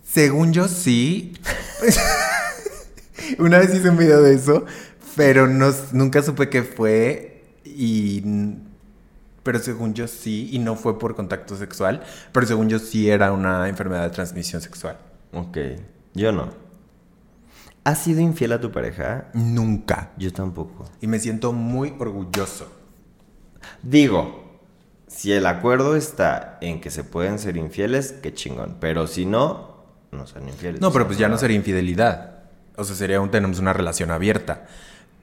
Speaker 2: Según yo, sí. (laughs) Una vez hice un video de eso, pero no, s- nunca supe qué fue. Y. n- Pero según yo, sí. Y no fue por contacto sexual. Pero según yo, sí era una enfermedad de transmisión sexual.
Speaker 1: Ok, yo no. ¿Has sido infiel a tu pareja?
Speaker 2: Nunca.
Speaker 1: Yo tampoco.
Speaker 2: Y me siento muy orgulloso.
Speaker 1: Digo, si el acuerdo está en que se pueden ser infieles, qué chingón. Pero si no, no sean infieles.
Speaker 2: No, pero pues ya no sería infidelidad. O sea, sería un tenemos una relación abierta.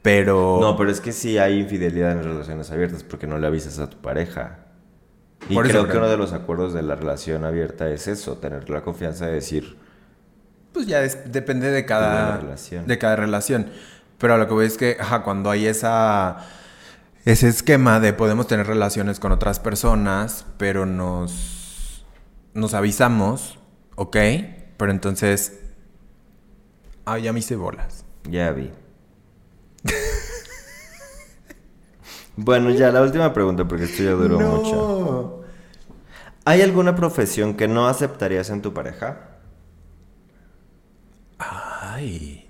Speaker 2: Pero.
Speaker 1: No, pero es que sí hay infidelidad en las relaciones abiertas porque no le avisas a tu pareja. Y
Speaker 2: Por eso,
Speaker 1: creo
Speaker 2: pero-
Speaker 1: que uno de los acuerdos de la relación abierta es eso, tener la confianza de decir,
Speaker 2: Pues ya des- depende de cada
Speaker 1: De la relación.
Speaker 2: de cada relación. Pero a lo que voy es que, ajá, cuando hay esa ese esquema de podemos tener relaciones con otras personas, pero nos nos avisamos, ¿ok? Pero entonces, ah, ya me hice bolas.
Speaker 1: ya vi. bueno, ya la última pregunta porque esto ya duró mucho. ¿Hay alguna profesión que no aceptarías en tu pareja?
Speaker 2: Ay,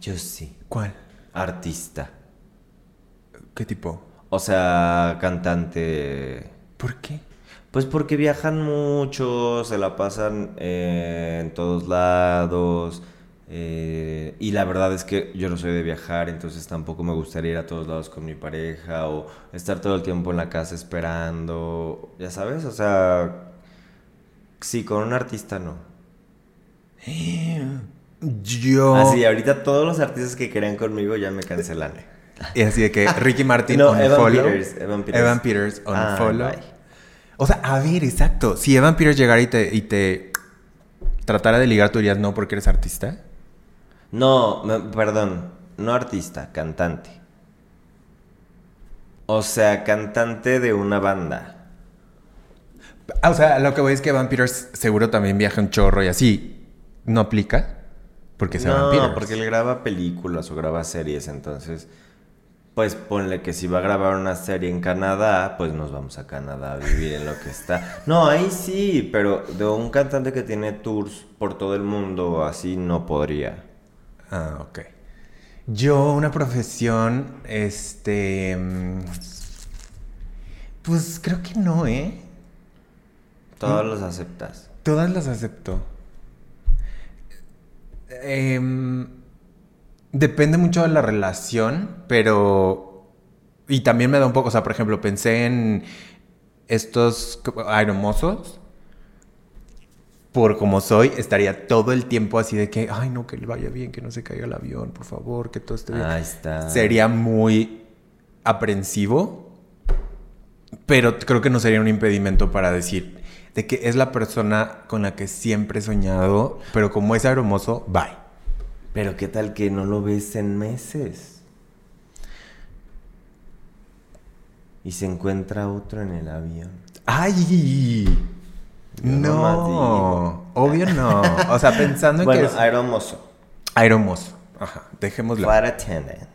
Speaker 1: Yo sí.
Speaker 2: ¿cuál?
Speaker 1: Artista.
Speaker 2: ¿Qué tipo?
Speaker 1: O sea, cantante.
Speaker 2: ¿Por qué?
Speaker 1: Pues porque viajan mucho, se la pasan eh, en todos lados. eh, y la verdad es que yo no soy de viajar, entonces tampoco me gustaría ir a todos lados con mi pareja o estar todo el tiempo en la casa esperando. Ya sabes, o sea, sí, con un artista no.
Speaker 2: Yo
Speaker 1: Así, Ah, ahorita todos los artistas que querían conmigo ya me cancelan.
Speaker 2: Y así
Speaker 1: (laughs)
Speaker 2: de que Ricky Martin
Speaker 1: No,
Speaker 2: on
Speaker 1: Evan
Speaker 2: follow.
Speaker 1: Peters, Evan Peters.
Speaker 2: Evan Peters on
Speaker 1: Ah,
Speaker 2: follow.
Speaker 1: bye.
Speaker 2: O sea, a ver, exacto. Si Evan Peters llegara y te, y te tratara de ligar, tú dirías no porque eres artista.
Speaker 1: No, me- perdón, no artista, cantante. O sea, cantante de una banda.
Speaker 2: Ah, o sea, lo que voy es que Evan Peters seguro también viaja un chorro y así. ¿No aplica? Porque es Evan
Speaker 1: no,
Speaker 2: Peters.
Speaker 1: porque él graba películas o graba series, entonces, pues ponle que si va a grabar una serie en Canadá, pues nos vamos a Canadá a vivir en lo que está. No, ahí sí, pero de un cantante que tiene tours por todo el mundo, así no podría.
Speaker 2: Ah, ok. Yo, una profesión, este... mm, Pues creo que no, ¿eh?
Speaker 1: Todos
Speaker 2: Mm.
Speaker 1: los aceptas.
Speaker 2: Todas las acepto. Em, depende mucho de la relación, pero... Y también me da un poco, o sea, por ejemplo, pensé en estos co- aeromosos por como soy, estaría todo el tiempo así de que, ay, no, que le vaya bien, que no se caiga el avión, por favor, que todo esté bien.
Speaker 1: Ahí está.
Speaker 2: Sería muy aprensivo, pero creo que no sería un impedimento para decir de que es la persona con la que siempre he soñado, pero como es aeromoso, bye.
Speaker 1: Pero qué tal que no lo ves en meses. Y se encuentra otro en el avión.
Speaker 2: ¡Ay!
Speaker 1: Yo nomás digo.
Speaker 2: No, obvio no. O sea, pensando en
Speaker 1: Bueno,
Speaker 2: que es
Speaker 1: aeromozo.
Speaker 2: aeromoso. Ajá, dejémoslo.
Speaker 1: Flight attendant.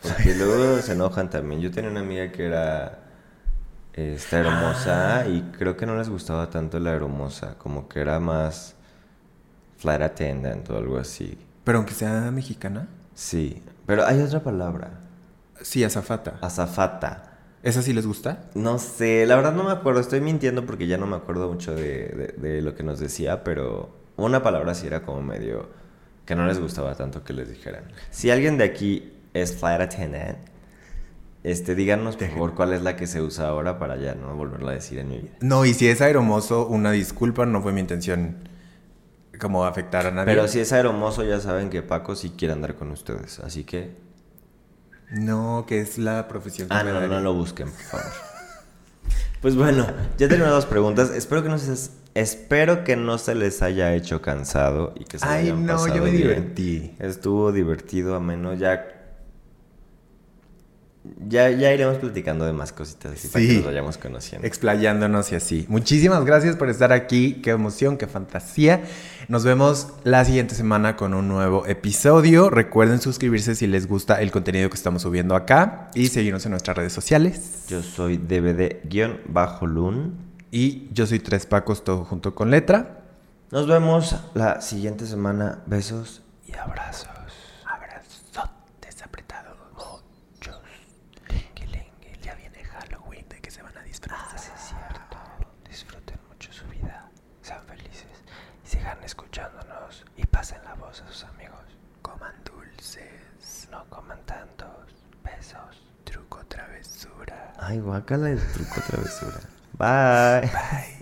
Speaker 1: Pues Porque luego se enojan también. Yo tenía una amiga que era esta hermosa y creo que no les gustaba tanto la hermosa, como que era más flight attendant o algo así.
Speaker 2: Pero aunque sea mexicana,
Speaker 1: Sí, pero hay otra palabra,
Speaker 2: sí, azafata.
Speaker 1: azafata.
Speaker 2: ¿Esa sí les gusta?
Speaker 1: No sé, la verdad no me acuerdo, estoy mintiendo porque ya no me acuerdo mucho de, de- de lo que nos decía, pero una palabra sí era como medio que no les gustaba tanto que les dijeran. Si alguien de aquí es flight attendant, este, díganos por favor cuál es la que se usa ahora para ya no volverla a decir en mi vida.
Speaker 2: No, y si es aeromoso, una disculpa, no fue mi intención como afectar a nadie.
Speaker 1: Pero si es aeromoso, ya saben que Paco sí quiere andar con ustedes, así que...
Speaker 2: No, que es la profesión que
Speaker 1: Ah,
Speaker 2: me
Speaker 1: no,
Speaker 2: daría.
Speaker 1: no lo busquen, por favor. Pues bueno, ya terminaron las preguntas. Espero que no se, espero que no se les haya hecho cansado y que se lo
Speaker 2: Ay,
Speaker 1: hayan
Speaker 2: no,
Speaker 1: pasado
Speaker 2: yo me
Speaker 1: bien.
Speaker 2: divertí.
Speaker 1: Estuvo divertido, ameno, ya... Ya, ya iremos platicando de más cositas así para
Speaker 2: Sí.
Speaker 1: que nos vayamos conociendo.
Speaker 2: Explayándonos y así. Muchísimas gracias por estar aquí. Qué emoción, qué fantasía. Nos vemos la siguiente semana con un nuevo episodio. Recuerden suscribirse si les gusta el contenido que estamos subiendo acá y seguirnos en nuestras redes sociales.
Speaker 1: Yo soy DVD-Lun.
Speaker 2: Y yo soy Tres Pacos, todo junto con letra.
Speaker 1: Nos vemos la siguiente semana. Besos y abrazos.
Speaker 2: Abrazotes apretados. Muchos. Lengue, lengue. Ya viene Halloween. ¿De que se van a disfrazar? Ah, es cierto. Disfruten mucho su vida. Sean felices. Y sigan escuchándonos. Y pasen la voz a sus amigos. Coman dulces. No coman tantos. Besos. Truco, travesura.
Speaker 1: Ay, guácala el truco travesura. Bye.
Speaker 2: Bye.